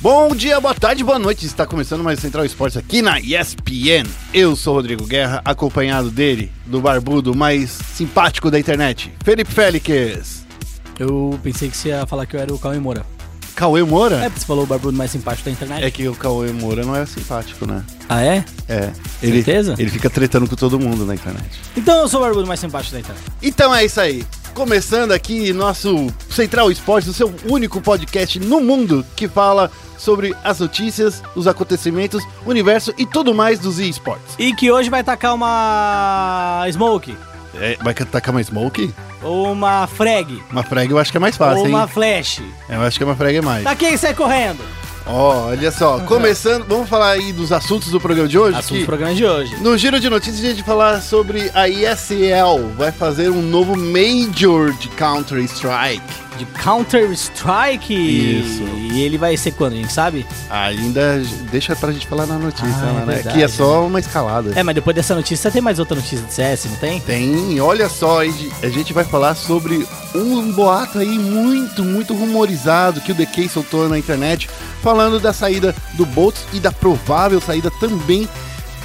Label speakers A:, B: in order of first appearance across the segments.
A: Bom dia, boa tarde, boa noite. Está começando mais Central Esportes aqui na ESPN. Eu sou Rodrigo Guerra, acompanhado dele, do barbudo mais simpático da internet, Felipe Félix.
B: Eu pensei que você ia falar que eu era o Cauê Moura.
A: Cauê
B: É,
A: Moura?
B: porque você falou o barbudo mais simpático da internet.
A: É que o Cauê Moura não é simpático, né?
B: Ah, é?
A: É. Ele,
B: Certeza?
A: ele fica tretando com todo mundo na internet.
B: Então eu sou o barbudo mais simpático da internet.
A: Então é isso aí. Começando aqui nosso Central Esportes, o seu único podcast no mundo que fala sobre as notícias, os acontecimentos, o universo e tudo mais dos esportes.
B: E que hoje vai tacar uma Smoke,
A: É, vai tacar uma smoke?
B: ou uma Frag,
A: Uma frag eu acho que é mais
B: ou
A: fácil, hein?
B: uma Flash.
A: Eu acho que é uma frag é mais.
B: Tá quem sai correndo?
A: Ó, olha só, começando, vamos falar aí dos assuntos do programa de hoje?
B: Assunto do
A: que
B: programa de hoje.
A: No giro de notícias, a gente falar sobre a ESL. Vai fazer um novo Major de Counter-Strike.
B: De Counter-Strike.
A: Isso.
B: E ele vai ser quando, a gente sabe?
A: Ainda deixa pra gente falar na notícia,
B: Ah,
A: lá,
B: é
A: né?
B: verdade,
A: que é só uma escalada.
B: É, mas depois dessa notícia tem mais outra notícia de CS, não tem?
A: Tem, olha só, Ed, a gente vai falar sobre um boato aí muito, muito rumorizado que o DK soltou na internet, falando da saída do Boltz e da provável saída também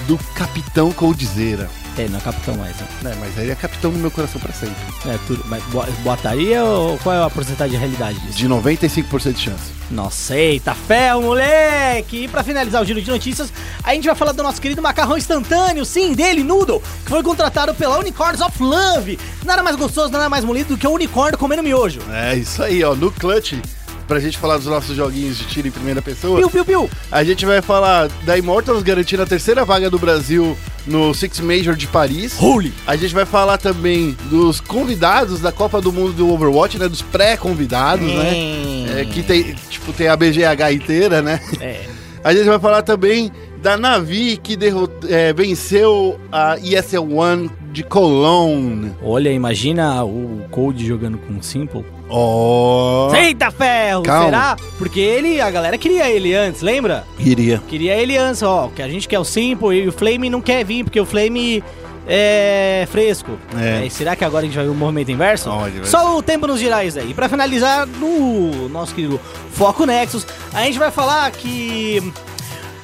A: do Capitão Coldzera.
B: Tem, não, Capitão mais. né?
A: É, mas aí é Capitão no meu coração pra sempre.
B: É, tudo, mas bo- botaria ou qual é a porcentagem de realidade disso?
A: De 95% de chance.
B: Nossa, eita ferro, moleque! E pra finalizar o giro de notícias, a gente vai falar do nosso querido macarrão instantâneo, sim, dele, Noodle, que foi contratado pela Unicorns of Love. Nada mais gostoso, nada mais bonito do que um unicórnio comendo miojo.
A: É isso aí, ó, no Clutch, pra gente falar dos nossos joguinhos de tiro em primeira pessoa.
B: Piu, piu, piu!
A: A gente vai falar da Immortals garantindo a terceira vaga do Brasil no Six Major de Paris.
B: Holy!
A: A gente vai falar também dos convidados da Copa do Mundo do Overwatch, né? Dos pré-convidados, né? É, que tem, tipo, tem a BGH inteira, né?
B: É,
A: A gente vai falar também da Navi que derrot- é, venceu a ESL One de Cologne.
B: olha, imagina o Cold jogando com o Simple.
A: Ó,
B: Eita ferro,
A: Calma.
B: será? Porque ele, a galera queria ele antes, lembra?
A: iria.
B: Queria ele antes, ó, que a gente quer o Simple e o Flame não quer vir, porque o Flame é fresco.
A: É.
B: É, e será que agora a gente vai ver o movimento inverso?
A: Olha, velho.
B: Só o tempo nos dirá isso aí. E pra finalizar, no nosso querido Foco Nexus, a gente vai falar que...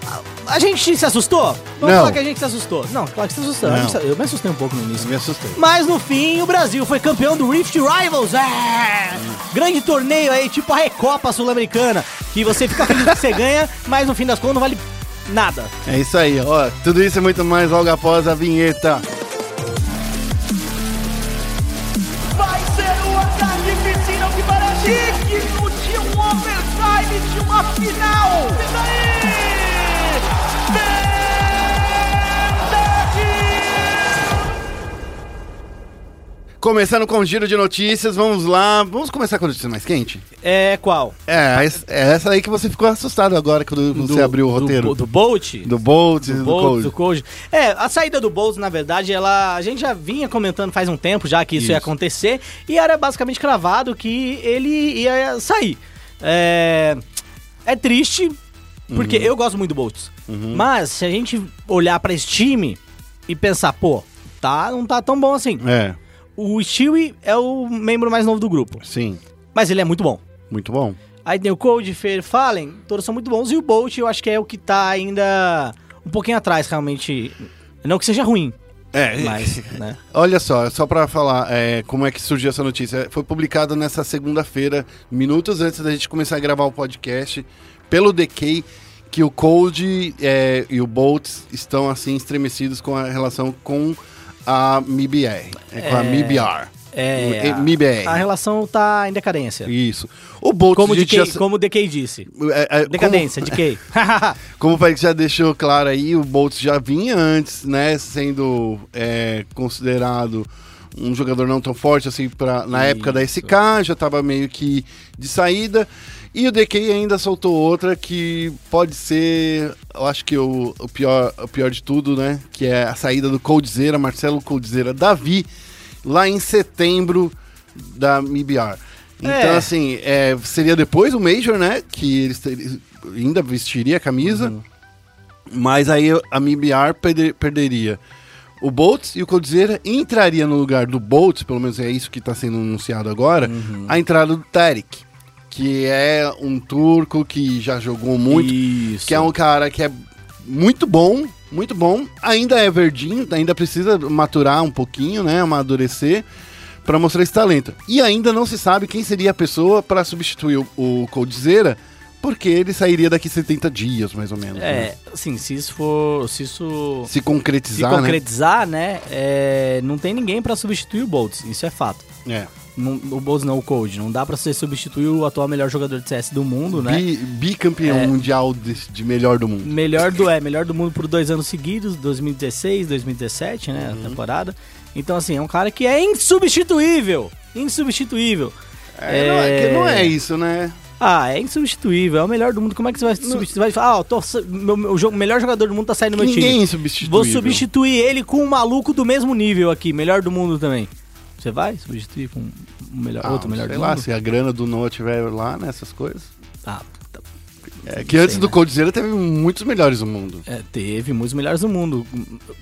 B: a- A gente se assustou? Vamos
A: Não.
B: falar que a gente se assustou. Não, claro que se assustou. A gente
A: Não.
B: se- Eu me assustei um pouco no início.
A: Me assustei.
B: Mas no fim, o Brasil foi campeão do Rift Rivals. É! Grande torneio aí, tipo a Recopa Sul-Americana. Que você fica feliz que você ganha, mas no fim das contas não vale nada.
A: É isso aí, ó. Tudo isso e muito mais logo após a vinheta.
C: Vai ser o ataque piscina que parece digno de um overtime de uma final. E daí?
A: Começando com o giro de notícias, vamos lá. Vamos começar com a notícia mais quente?
B: É qual?
A: É, es- é essa aí que você ficou assustado agora quando você abriu o roteiro.
B: Do, do Bolt?
A: Do Bolt, do,
B: do
A: do
B: Bolt,
A: Cold.
B: do Cold. É, a saída do Bolt, na verdade, ela a gente já vinha comentando faz um tempo já que isso,
A: Isso.
B: ia acontecer e era basicamente cravado que ele ia sair. É, é triste porque
A: Uhum.
B: eu gosto muito do Bolt, mas se a gente olhar pra esse time e pensar, pô, tá, não tá tão bom assim.
A: É,
B: O Stewie é o membro mais novo do grupo,
A: sim.
B: mas ele é muito bom.
A: Muito bom.
B: Aí tem o Cold, Fer, Fallen, todos são muito bons. E o Bolt, eu acho que é o que tá ainda um pouquinho atrás, realmente. Não que seja ruim,
A: É,
B: mas, né?
A: Olha só, só pra falar é, como é que surgiu essa notícia. Foi publicada nessa segunda-feira, minutos antes da gente começar a gravar o podcast, pelo DK, que o Cold é, e o Bolt estão assim estremecidos com a relação com a MIBR. É, com a MIBR.
B: É,
A: É, MIBR.
B: A relação tá em decadência.
A: Isso. O Bolt
B: Como,
A: a gente
B: DK,
A: já-
B: como o DK disse.
A: é, é, como-
B: Decadência, DK.
A: Como o Félix já deixou claro aí, o Boltz já vinha antes, né, sendo é, considerado um jogador não tão forte assim pra, na época da SK, já tava meio que de saída. E o DK ainda soltou outra que pode ser, eu acho que o, o pior, o pior de tudo, né, que é a saída do Coldzera, Marcelo Coldzera Davi, lá em setembro da MIBR. Então,
B: É.
A: assim, é, seria depois o Major, né, que eles ter- ainda vestiria a camisa. Mas aí a MIBR perde- perderia o Boltz e o Coldzera e tá entraria no lugar do Boltz, pelo menos é isso que está sendo anunciado agora, a entrada do Tarek. que é um turco que já jogou muito,
B: Isso.
A: que é um cara que é muito bom, muito bom. Ainda é verdinho, ainda precisa maturar um pouquinho, né? Amadurecer para mostrar esse talento. E ainda não se sabe quem seria a pessoa para substituir o, o Coldzera, porque ele sairia daqui 70 dias, mais ou menos. né?
B: É, assim, se isso for. Se isso
A: Se
B: se
A: concretizar,
B: concretizar, né? é, não tem ninguém pra substituir o Boltz, isso é fato.
A: né?
B: Não- o Boltz não, o Cold. Não dá pra você substituir o atual melhor jogador de CS do mundo,
A: É.
B: né?
A: Bi- bicampeão mundial de, de melhor do mundo.
B: Melhor do é, melhor do mundo por dois anos seguidos, 2016, 2017, né?
A: Uhum.
B: A temporada. Então, assim, é um cara que é insubstituível. Insubstituível.
A: É, Não, é que não é isso, né?
B: Ah, é insubstituível, é o melhor do mundo. Como é que você vai substituir? Você vai falar, ah, eu tô, sa- meu, meu jo- melhor jogador do mundo tá saindo do meu
A: Ninguém
B: time.
A: substitui.
B: Vou substituir ele com um maluco do mesmo nível aqui, melhor do mundo também. Você vai substituir com um melhor, outro melhor
A: Ah, sei
B: do
A: lá,
B: mundo?
A: se a grana do Noah tiver lá nessas coisas.
B: Ah, tá-
A: É
B: não
A: que
B: sei,
A: antes do
B: né?
A: Coldzera teve muitos melhores do mundo.
B: É, teve muitos melhores do mundo.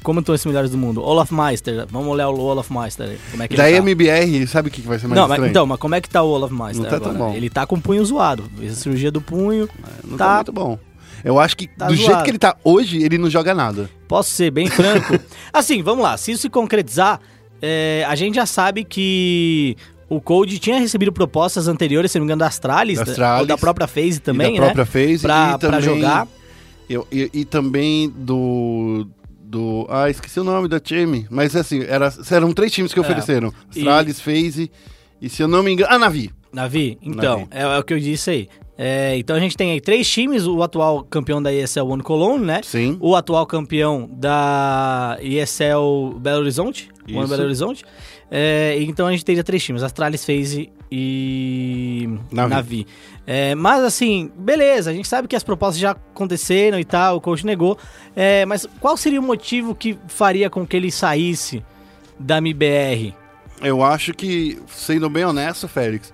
B: Como estão esses melhores do mundo? Olaf Meister, vamos olhar o Olaf Meister. aí, Como é que
A: Daí a
B: ele tá.
A: MBR, sabe o que que vai ser mais
B: Não, mas,
A: estranho?
B: então, mas como é que tá o Olaf
A: Não
B: Meister
A: tá tão
B: agora?
A: bom.
B: Ele tá com o punho zoado. Fez a cirurgia do punho.
A: não tá
B: tá-
A: muito bom. Eu acho que
B: Tá
A: do jeito
B: zoado.
A: que ele tá hoje, ele não joga nada.
B: Posso ser bem franco? assim, vamos lá. Se isso se concretizar, é, a gente já sabe que o Cold tinha recebido propostas anteriores, se não me engano, da Astralis,
A: Da
B: né?
A: Astralis.
B: ou da própria Phase também,
A: e da é própria
B: né?
A: fez
B: Pra-
A: e
B: pra
A: também,
B: jogar.
A: Eu, e, e também do do ah esqueci o nome da time, mas assim era, eram três times que ofereceram:
B: É. E-
A: Astralis, FaZe e se eu não me engano, a Navi.
B: Navi, então,
A: Navi.
B: É, é o que eu disse aí. É, então a gente tem aí três times, o atual campeão da ESL One Cologne, né?
A: Sim.
B: O atual campeão da ESL Belo Horizonte,
A: Isso.
B: One Belo Horizonte. É, então a gente teria três times, Astralis, FaZe e
A: Navi.
B: Navi. É, mas assim, beleza, a gente sabe que as propostas já aconteceram e tal, o coach negou. É, mas qual seria o motivo que faria com que ele saísse da MBR?
A: Eu acho que, sendo bem honesto, Félix,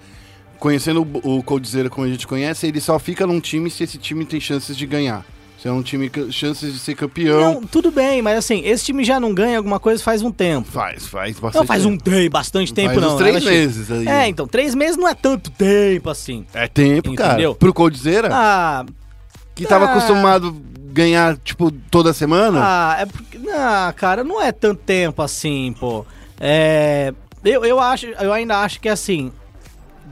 A: conhecendo o, o Coldzera como a gente conhece, ele só fica num time se esse time tem chances de ganhar. Se é um time que- chances de ser campeão,
B: Não, tudo bem, mas assim, esse time já não ganha alguma coisa faz um tempo.
A: faz, faz bastante.
B: Não faz um tempo, bastante tempo
A: faz Uns
B: não. né,
A: três
B: Alexandre?
A: meses aí.
B: É, então, três meses não é tanto tempo assim.
A: É tempo, cara.
B: Entendeu?
A: Pro Coldzera,
B: Ah,
A: que tava
B: ah.
A: acostumado a ganhar, tipo, toda semana.
B: ah, é porque. Ah, cara, não é tanto tempo assim, pô. É. Eu, eu, acho, eu ainda acho que assim.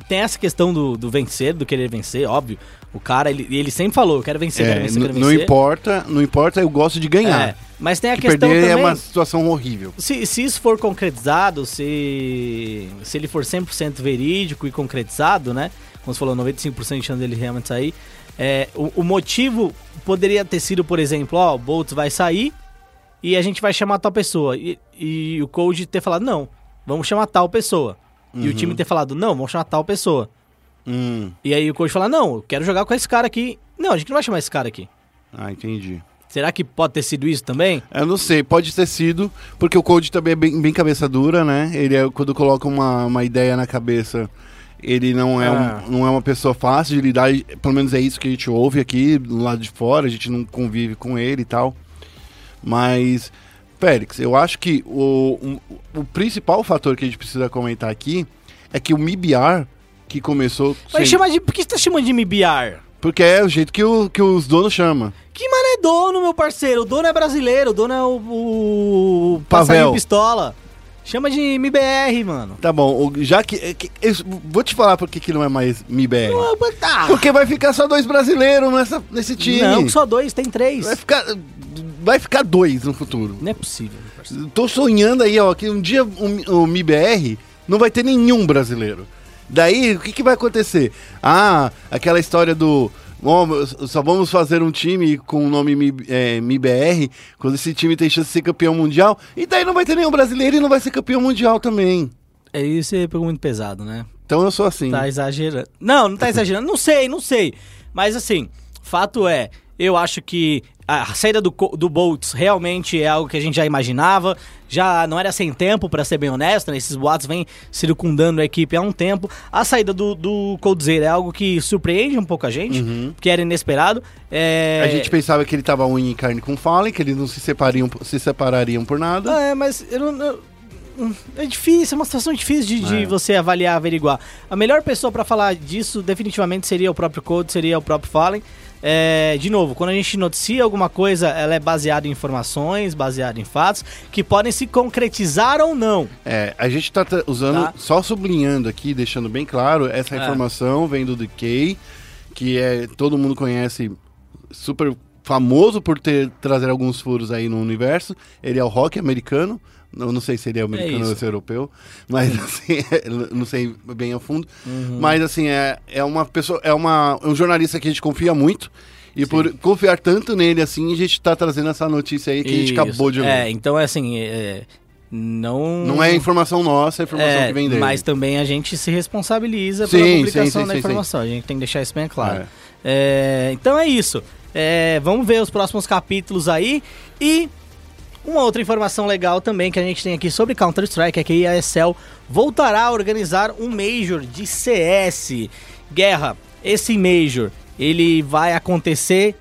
B: Tem essa questão do, do vencer, do querer vencer, óbvio. O cara, ele, ele sempre falou: eu quero vencer,
A: É,
B: quero vencer, quero
A: n-
B: vencer.
A: não importa, não importa, eu gosto de ganhar.
B: É, mas tem a
A: Que
B: questão
A: perder
B: também.
A: é uma situação horrível.
B: Se, se isso for concretizado, se, se ele for 100% verídico e concretizado, né? Como você falou, 95% de chance dele realmente sair. é, o, o motivo poderia ter sido, por exemplo, ó, o Boltz vai sair e a gente vai chamar tal pessoa. E, e o coach ter falado, não, vamos chamar tal pessoa. E o time ter falado, não, vamos chamar tal pessoa.
A: Hum,
B: E aí o coach falar, não, eu quero jogar com esse cara aqui. Não, a gente não vai chamar esse cara aqui.
A: ah, entendi.
B: Será que pode ter sido isso também?
A: Eu não sei, pode ter sido, porque o Cold também é bem, bem cabeça dura, né? Ele é, quando coloca uma, uma ideia na cabeça, ele não é, um-
B: Ah.
A: não é uma pessoa fácil de lidar, e pelo menos é isso que a gente ouve aqui do lado de fora, a gente não convive com ele e tal. Mas, Félix, eu acho que o, um- o principal fator que a gente precisa comentar aqui é que o MIBR, que começou.
B: Vai
A: sem-
B: chamar de. Por que você tá chamando de MBR?
A: Porque é o jeito que, o, que os donos chamam.
B: Que mano é dono, meu parceiro? O dono é brasileiro, o dono é o. o
A: Pavel.
B: passarinho pistola. Chama de MBR, mano.
A: Tá bom, o- já que. é que- eu vou te falar por que que não é mais MIBR.
B: Ah, mas tá.
A: Porque vai ficar só dois brasileiros nessa, nesse time.
B: Não, só dois, tem três.
A: vai ficar, vai ficar dois no futuro.
B: Não é possível, meu parceiro.
A: Tô sonhando aí, ó, que um dia o, o MIBR não vai ter nenhum brasileiro. Daí, o que, que vai acontecer? Ah, aquela história do. "Ó, só vamos fazer um time com o nome Mi- é, MIBR quando esse time tem chance de ser campeão mundial. E daí não vai ter nenhum brasileiro e não vai ser campeão mundial também.
B: É isso aí pegou muito pesado, né?
A: Então eu sou assim.
B: Tá exagerando. Não, não tá exagerando. Não sei, não sei. Mas assim, fato é, eu acho que a saída do, Co- do Boltz realmente é algo que a gente já imaginava. Já não era sem tempo, pra ser bem honesto, né? Esses boatos vêm circundando a equipe há um tempo. A saída do, do Coldzera é algo que surpreende um pouco a gente, que era inesperado. É...
A: Uhum. A gente pensava que ele tava unha em carne com Fallen, que eles não se, separariam, se separariam por nada.
B: Ah, é, mas eu não. eu- hum, é difícil, é uma situação difícil de, de
A: É.
B: você avaliar, averiguar. A melhor pessoa pra falar disso definitivamente seria o próprio Code, seria o próprio Fallen. É, de novo, quando a gente noticia alguma coisa, ela é baseada em informações, baseada em fatos, que podem se concretizar ou não.
A: É, a gente tá tra- usando,
B: Tá.
A: só sublinhando aqui, deixando bem claro, essa
B: É.
A: informação vem do DK, que é, todo mundo conhece, super famoso por ter trazer alguns furos aí no universo. Ele é o rock americano, eu não sei se ele é americano ou
B: isso.
A: se é europeu, mas assim, não sei bem a fundo.
B: Uhum.
A: Mas assim, é, é uma pessoa, é uma, é um jornalista que a gente confia muito. E por confiar tanto nele assim, a gente tá trazendo essa notícia aí que a gente acabou de ouvir.
B: É, então é assim, é, não...
A: Não é informação nossa, é informação
B: É,
A: que vem dele.
B: Mas também a gente se responsabiliza
A: Sim,
B: pela
A: sim,
B: publicação
A: sim,
B: da
A: sim,
B: informação. A gente tem que deixar isso bem claro. É, então é isso. É, vamos ver os próximos capítulos aí. E uma outra informação legal também que a gente tem aqui sobre Counter-Strike é que a ESL voltará a organizar um Major de CS. Guerra, esse Major, ele vai acontecer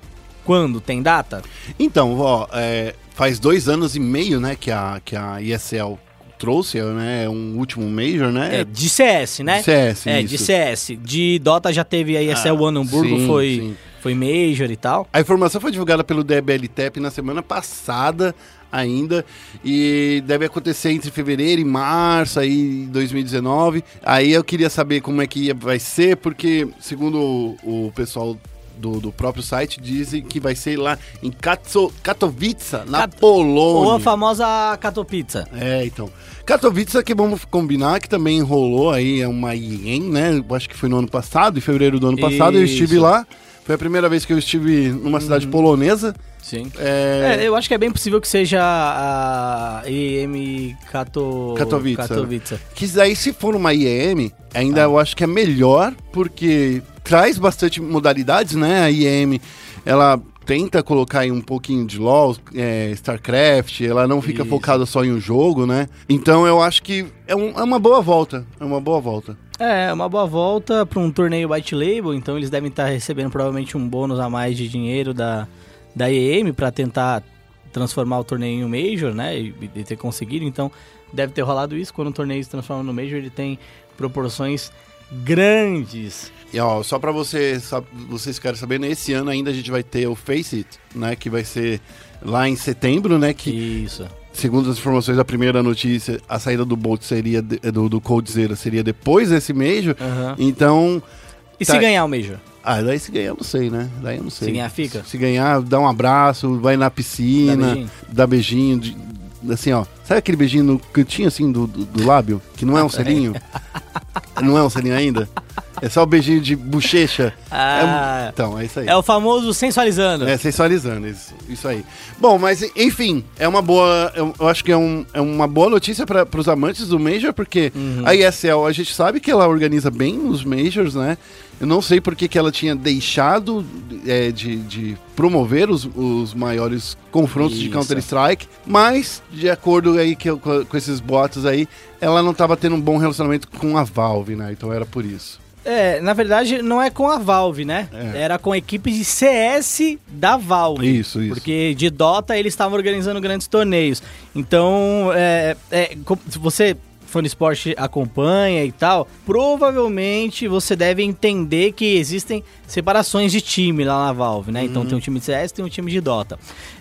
B: quando? Tem data?
A: Então, ó, é, faz dois anos e meio, né, que a, que a ESL trouxe, né, um último Major, né?
B: É, de CS, né?
A: De CS,
B: É,
A: isso. Ah,
B: de CS. De Dota já teve a ESL One Hamburgo,
A: sim,
B: foi,
A: sim.
B: foi Major e tal.
A: A informação foi divulgada pelo DBL Tap na semana passada ainda e deve acontecer entre fevereiro e março aí 2019. Aí eu queria saber como é que ia- vai ser, porque segundo o, o pessoal do, do próprio site, dizem que vai ser lá em Katso- Katowice, na
B: Kat- Ou
A: Polônia.
B: a famosa Catopizza.
A: É, então. Katowice, que vamos combinar, que também enrolou aí, é uma IEM, né? Eu acho que foi no ano passado, em fevereiro do ano passado, eu estive
B: Isso.
A: lá. Foi a primeira vez que eu estive numa cidade polonesa.
B: Sim.
A: É,
B: eu acho que é bem possível que seja a EM Cato...
A: Katowice.
B: Katowice.
A: Que daí, se for uma IEM, ainda eu acho que é melhor, porque traz bastante modalidades, né? A IEM, ela tenta colocar aí um pouquinho de LoL, é, StarCraft, ela não fica
B: Isso.
A: focada só em um jogo, né? Então eu acho que é, um- é uma boa volta. É uma boa volta.
B: É, uma boa volta para um torneio White Label, então eles devem estar recebendo provavelmente um bônus a mais de dinheiro da, da EM para tentar transformar o torneio em um Major, né? E, e ter conseguido, então deve ter rolado isso. Quando o torneio se transforma no Major, ele tem proporções grandes.
A: E ó, só pra você, sa- vocês ficarem sabendo, esse ano ainda a gente vai ter o Face It, né? Que vai ser lá em setembro, né? Que
B: Isso.
A: segundo as informações da primeira notícia, a saída do Bolt seria de- do, do Coldzera seria depois desse Major.
B: Aham.
A: Então,
B: E
A: Tá.
B: se ganhar o Major?
A: ah, daí se ganhar, eu não sei, né? Daí eu não sei.
B: Se ganhar, fica?
A: Se ganhar, dá um abraço, vai na piscina,
B: Dá
A: dá
B: beijinho?
A: beijinho, de- assim, ó. Sabe aquele beijinho no cantinho assim do, do, do lábio? Que não é um selinho? não é um selinho ainda? É só o beijinho de bochecha.
B: Ah.
A: É um- então, é isso aí.
B: É o famoso sensualizando.
A: É, sensualizando, isso, isso aí. Bom, mas enfim, é uma boa. Eu, eu acho que é, um- é uma boa notícia para os amantes do Major, porque
B: Uhum.
A: a ESL, a gente sabe que ela organiza bem os Majors, né? Eu não sei por que que ela tinha deixado é, de, de promover os, os maiores confrontos de
B: Isso.
A: Counter-Strike, mas, de acordo aí que eu- com, com esses boatos aí, ela não estava tendo um bom relacionamento com a Valve, né? Então era por isso.
B: É, na verdade, não é com a Valve, né?
A: É.
B: Era com a equipe de CS da Valve.
A: Isso, isso.
B: Porque de Dota eles estavam organizando grandes torneios. Então, é, é, co- se você, fã do esporte, acompanha e tal, provavelmente você deve entender que existem separações de time lá na Valve, né?
A: Uhum.
B: Então tem um time de CS tem um time de Dota.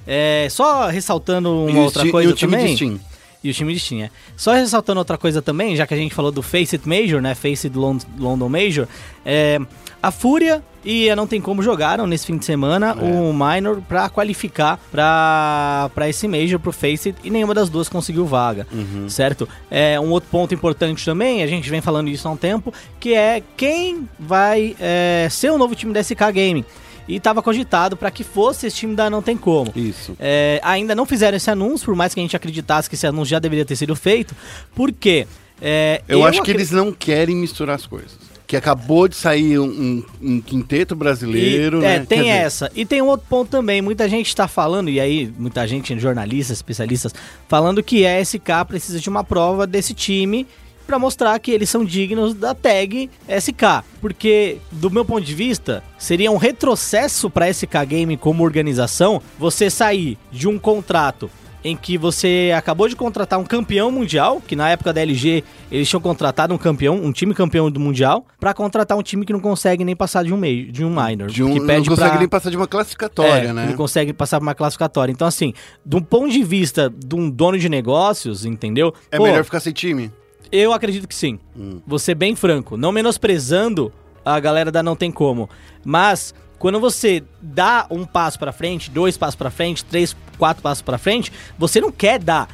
B: É, só ressaltando uma
A: E o
B: outra
A: ti- e
B: coisa
A: o time
B: também.
A: de Steam.
B: E o time de Steam, é. Só ressaltando outra coisa também, já que a gente falou do Faceit Major, né? Faceit Lon- London Major. É, a Fúria e a Não Tem Como jogaram nesse fim de semana
A: É.
B: o Minor pra qualificar pra, pra esse Major, pro Faceit, e nenhuma das duas conseguiu vaga, certo? É, um outro ponto importante também, a gente vem falando isso há um tempo, que é quem vai é, ser o novo time da SK Gaming. E tava cogitado pra que fosse esse time da Não Tem Como.
A: Isso.
B: É, ainda não fizeram esse anúncio, por mais que a gente acreditasse que esse anúncio já deveria ter sido feito. Por quê? É,
A: Eu, acho que
B: acre-
A: eles não querem misturar as coisas. Que acabou de sair um, um- um quinteto brasileiro,
B: E-
A: né?
B: É, tem
A: Quer dizer,
B: essa. E tem um outro ponto também. Muita gente está falando, e aí, muita gente, jornalistas, especialistas, falando que a SK precisa de uma prova desse time para mostrar que eles são dignos da tag SK. Porque, do meu ponto de vista, seria um retrocesso para SK Game como organização você sair de um contrato em que você acabou de contratar um campeão mundial, que na época da LG eles tinham contratado um campeão, um time campeão do mundial, pra contratar um time que não consegue nem passar de um meio, de um minor,
A: De um,
B: que
A: não
B: pede
A: consegue
B: pra-
A: nem passar de uma classificatória,
B: é,
A: né?
B: Não consegue passar pra uma classificatória. Então assim, do ponto de vista de um dono de negócios, entendeu?
A: É
B: Pô,
A: melhor ficar sem time?
B: eu acredito que sim.
A: Hum.
B: Vou ser bem franco, não menosprezando a galera da Não Tem Como. Mas quando você dá um passo pra frente, dois passos pra frente, três, quatro passos pra frente, você não quer dar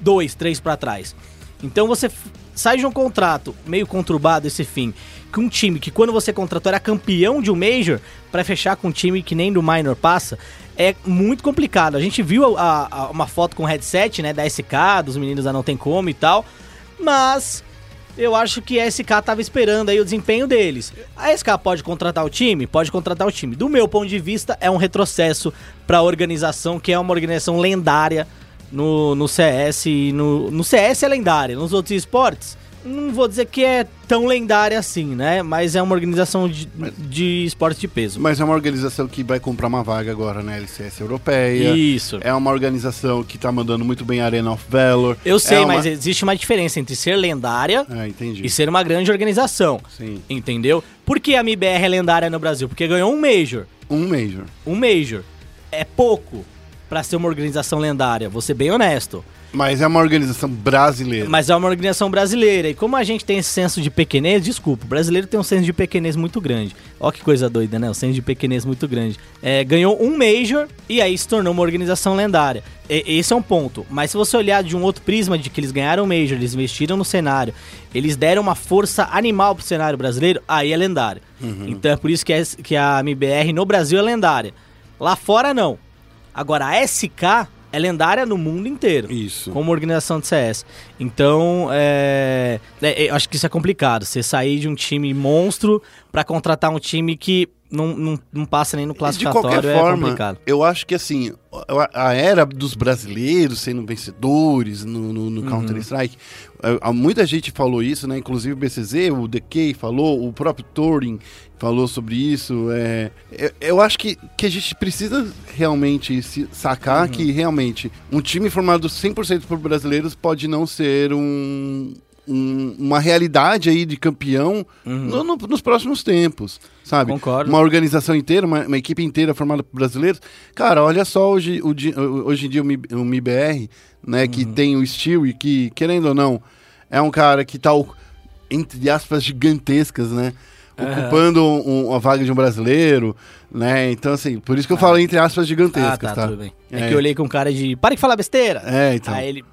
B: dois, três pra trás. Então você f- sai de um contrato meio conturbado esse fim, com um time que quando você contratou era campeão de um Major, pra fechar com um time que nem do Minor passa, é muito complicado. A gente viu a- a- a- uma foto com headset, né, da SK, dos meninos da Não Tem Como e tal, mas eu acho que a SK tava esperando aí o desempenho deles. A SK pode contratar o time? Pode contratar o time. Do meu ponto de vista, é um retrocesso pra organização, que é uma organização lendária no, no CS. e No, no CS é lendária, nos outros esportes. Não vou dizer que é tão lendária assim, né? Mas é uma organização de, de esporte de peso.
A: Mas é uma organização que vai comprar uma vaga agora na LCS europeia.
B: Isso.
A: É uma organização que tá mandando muito bem a Arena of Valor.
B: Eu sei,
A: É uma-
B: mas existe uma diferença entre ser lendária
A: Ah, entendi.
B: e ser uma grande organização.
A: Sim.
B: Entendeu? Por que a MBR é lendária no Brasil? Porque ganhou um Major.
A: Um Major.
B: Um Major é pouco pra ser uma organização lendária, vou ser bem honesto.
A: Mas é uma organização brasileira.
B: Mas é uma organização brasileira. E como a gente tem esse senso de pequenez, desculpa, o brasileiro tem um senso de pequenez muito grande. Ó que coisa doida, né? Um senso de pequenez muito grande. É, ganhou um Major e aí se tornou uma organização lendária. E- esse é um ponto. Mas se você olhar de um outro prisma de que eles ganharam o Major, eles investiram no cenário, eles deram uma força animal pro cenário brasileiro, aí é lendário. Então é por isso que, é- que a MBR no Brasil é lendária. Lá fora não. Agora a SK é lendária no mundo inteiro
A: Isso.
B: como organização de CS. Então, é... é, eu acho que isso é complicado. Você sair de um time monstro pra contratar um time que não, não, não passa nem no
A: De
B: classificatório
A: qualquer
B: é
A: forma,
B: complicado.
A: eu acho que assim, a, a era dos brasileiros sendo vencedores no, no-
B: Uhum.
A: no Counter-Strike, eh, há muita gente falou isso, né? Inclusive o BCZ, o DK falou, o próprio Thorin falou sobre isso. é. eu, eu acho que, que a gente precisa realmente se sacar
B: Uhum.
A: que realmente um time formado 100% por brasileiros pode não ser um- um- uma realidade aí de campeão no- no- nos próximos tempos, sabe?
B: Uhum. Concordo.
A: Uma organização inteira, uma, uma equipe inteira formada por brasileiros. Cara, olha só hoje, o di- hoje em dia o Mi- o MIBR, né,
B: Uhum.
A: que tem o Steel e que, querendo ou não, é um cara que tá, o- entre aspas, gigantescas, né? Ocupando um- a vaga de um brasileiro, né? Então, assim, por isso que eu falo entre aspas
B: Ah,
A: gigantescas,
B: tá,
A: tá?
B: tudo bem. É,
A: É.
B: que eu olhei com cara de... Para de falar besteira!
A: É, então.
B: Aí ele...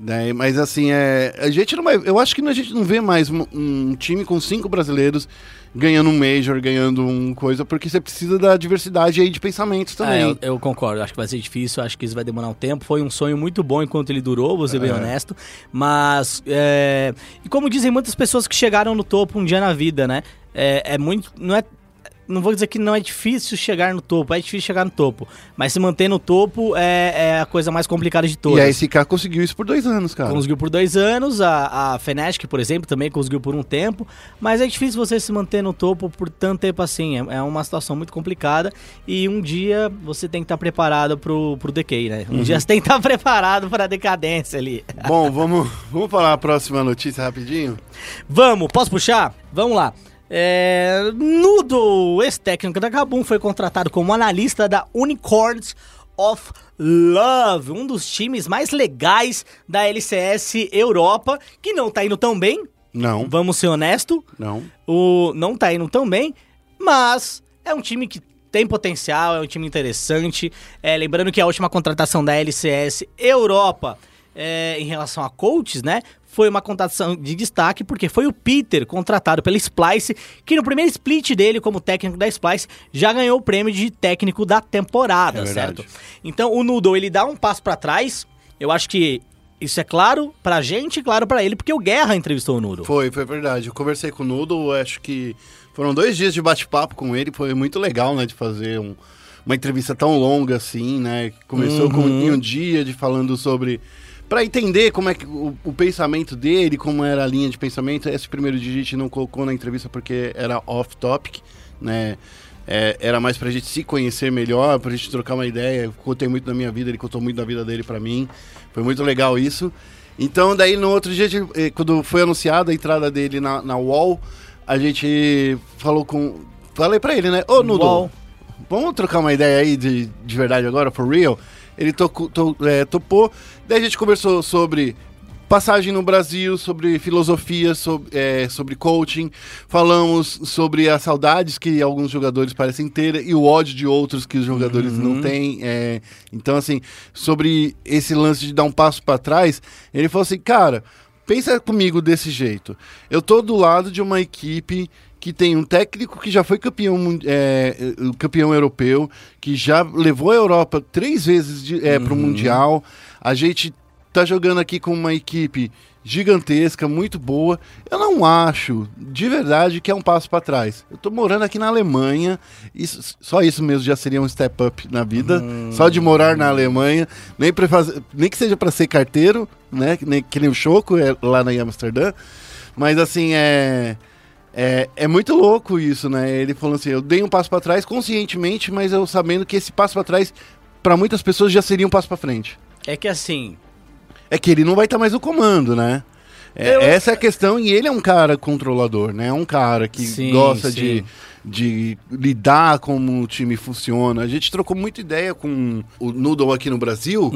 A: Daí, mas assim, é, a gente não vai. Eu acho que a gente não vê mais um, um time com cinco brasileiros ganhando um Major, ganhando um coisa, porque você precisa da diversidade aí de pensamentos
B: Ah,
A: também.
B: eu, eu concordo, acho que vai ser difícil, acho que isso vai demorar um tempo. Foi um sonho muito bom enquanto ele durou, vou
A: É.
B: ser bem honesto. Mas, é, e como dizem muitas pessoas que chegaram no topo um dia na vida, né? É, é muito. Não é. Não vou dizer que não é difícil chegar no topo, é difícil chegar no topo. Mas se manter no topo é, é a coisa mais complicada de
A: e
B: todas.
A: a SK conseguiu isso por dois anos, cara.
B: Conseguiu por dois anos, a, a Fnatic, por exemplo, também conseguiu por um tempo, mas é difícil você se manter no topo por tanto tempo assim, é, é uma situação muito complicada e um dia você tem que estar preparado pro, pro decay, né? Um dia você tem que estar preparado pra decadência ali.
A: Bom, vamos, vamos falar a próxima notícia rapidinho?
B: Vamos, posso puxar? Vamos lá. É, Nudo, ex-técnico da Kabum, foi contratado como analista da Unicorns of Love, um dos times mais legais da LCS Europa, que não tá indo tão bem,
A: Não,
B: Vamos ser honesto,
A: não.
B: o não tá indo tão bem, mas é um time que tem potencial, é um time interessante. É, lembrando que a última contratação da LCS Europa é, em relação a coaches, né? Foi uma contratação de destaque, porque foi o Peter, contratado pela Splice, que no primeiro split dele, como técnico da Splice, já ganhou o prêmio de técnico da temporada,
A: É verdade.
B: certo? Então o Noodle ele dá um passo pra trás. Eu acho que isso é claro pra gente e claro pra ele, porque o Guerra entrevistou o Noodle.
A: Foi, foi verdade. Eu conversei com o Nudo, acho que foram dois dias de bate-papo com ele, foi muito legal, né, de fazer um- uma entrevista tão longa assim, né? Começou com em um dia de falando sobre Pra entender como é que o, o pensamento dele, como era a linha de pensamento, esse primeiro dia a gente não colocou na entrevista porque era off topic, né? é, era mais pra gente se conhecer melhor, pra gente trocar uma ideia. Contei muito da minha vida, ele contou muito da vida dele pra mim. Foi muito legal isso. Então, daí no outro dia, a gente, eh, quando foi anunciada a entrada dele na, na UOL, a gente falou com. Falei pra ele, né? Ô, Nudo,
B: UOL.
A: vamos trocar uma ideia aí de, de verdade agora, for real? Ele tocu- to- eh, topou. Daí a gente conversou sobre passagem no Brasil, sobre filosofia, sobre, eh, sobre coaching. Falamos sobre as saudades que alguns jogadores parecem ter e o ódio de outros que os jogadores não têm. eh. então, assim, sobre esse lance de dar um passo para trás, ele falou assim, cara. Pensa comigo desse jeito. Eu tô do lado de uma equipe que tem um técnico que já foi campeão, mun- é, eh, campeão europeu, que já levou a Europa três vezes de, é, pro Mundial. A gente tá jogando aqui com uma equipe gigantesca, muito boa. Eu não acho, de verdade, que é um passo para trás. Eu tô morando aqui na Alemanha, isso- só isso mesmo já seria um step up na vida, só de morar na Alemanha, nem, pra fazer, nem que seja para ser carteiro, né, que nem, que nem o Choco é, lá na em Amsterdã, mas assim, é... É, é muito louco isso, né? Ele falou assim: eu dei um passo pra trás conscientemente, mas eu sabendo que esse passo pra trás, pra muitas pessoas, já seria um passo pra frente.
B: É que assim,
A: É que ele não vai estar mais no comando, né? É,
B: Eu-
A: Essa é a questão, e ele é um cara controlador, né? É um cara que
B: Sim,
A: gosta
B: sim.
A: De, de lidar como o time funciona. A gente trocou muita ideia com o Noodle aqui no Brasil.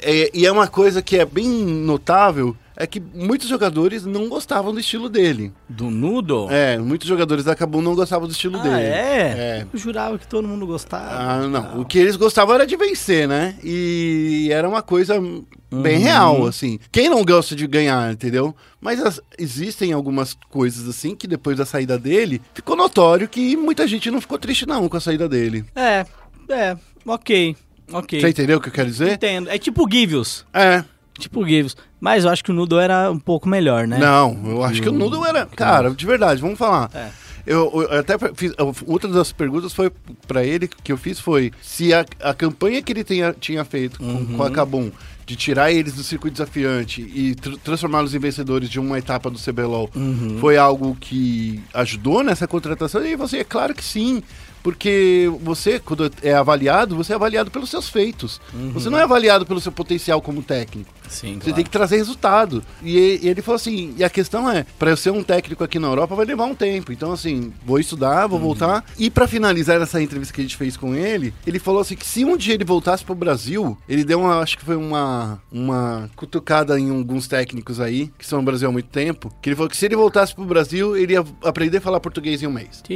A: É, e é uma coisa que é bem notável, é que muitos jogadores não gostavam do estilo dele.
B: do nudo.
A: É, muitos jogadores da Kabum não gostavam do estilo
B: Ah,
A: dele.
B: é?
A: É.
B: Eu jurava que todo mundo gostava.
A: Ah, não. O que eles gostavam era de vencer, né? E era uma coisa bem real, assim. Quem não gosta de ganhar, entendeu? Mas as- existem algumas coisas, assim, que depois da saída dele, ficou notório que muita gente não ficou triste, não, com a saída dele.
B: É, é, ok, ok.
A: Você entendeu o que eu quero dizer?
B: Entendo. É tipo o Givius.
A: É.
B: Tipo o Givius. Mas eu acho que o Nudo era um pouco melhor, né?
A: Não, eu acho que o Nudo era. Cara, de verdade, vamos falar.
B: É.
A: Eu, eu até fiz. Outra das perguntas foi pra ele que eu fiz foi se a, a campanha que ele tenha, tinha feito com, com
B: Uhum.
A: a Kabum de tirar eles do circuito desafiante e tr- transformá-los em vencedores de uma etapa do CBLOL
B: Uhum.
A: foi algo que ajudou nessa contratação? E você, é claro que sim. Porque você, quando é avaliado, você é avaliado pelos seus feitos.
B: Uhum.
A: Você não é avaliado pelo seu potencial como técnico.
B: Sim,
A: Você tem que trazer resultado. E, e ele falou assim: e a questão é, para eu ser um técnico aqui na Europa vai levar um tempo. Então, assim, vou estudar, vou voltar. E para finalizar essa entrevista que a gente fez com ele, ele falou assim: que se um dia ele voltasse pro Brasil, ele deu uma, acho que foi uma, uma cutucada em alguns técnicos aí, que são no Brasil há muito tempo, que ele falou que se ele voltasse pro Brasil, ele ia aprender a falar português em um mês.
B: Que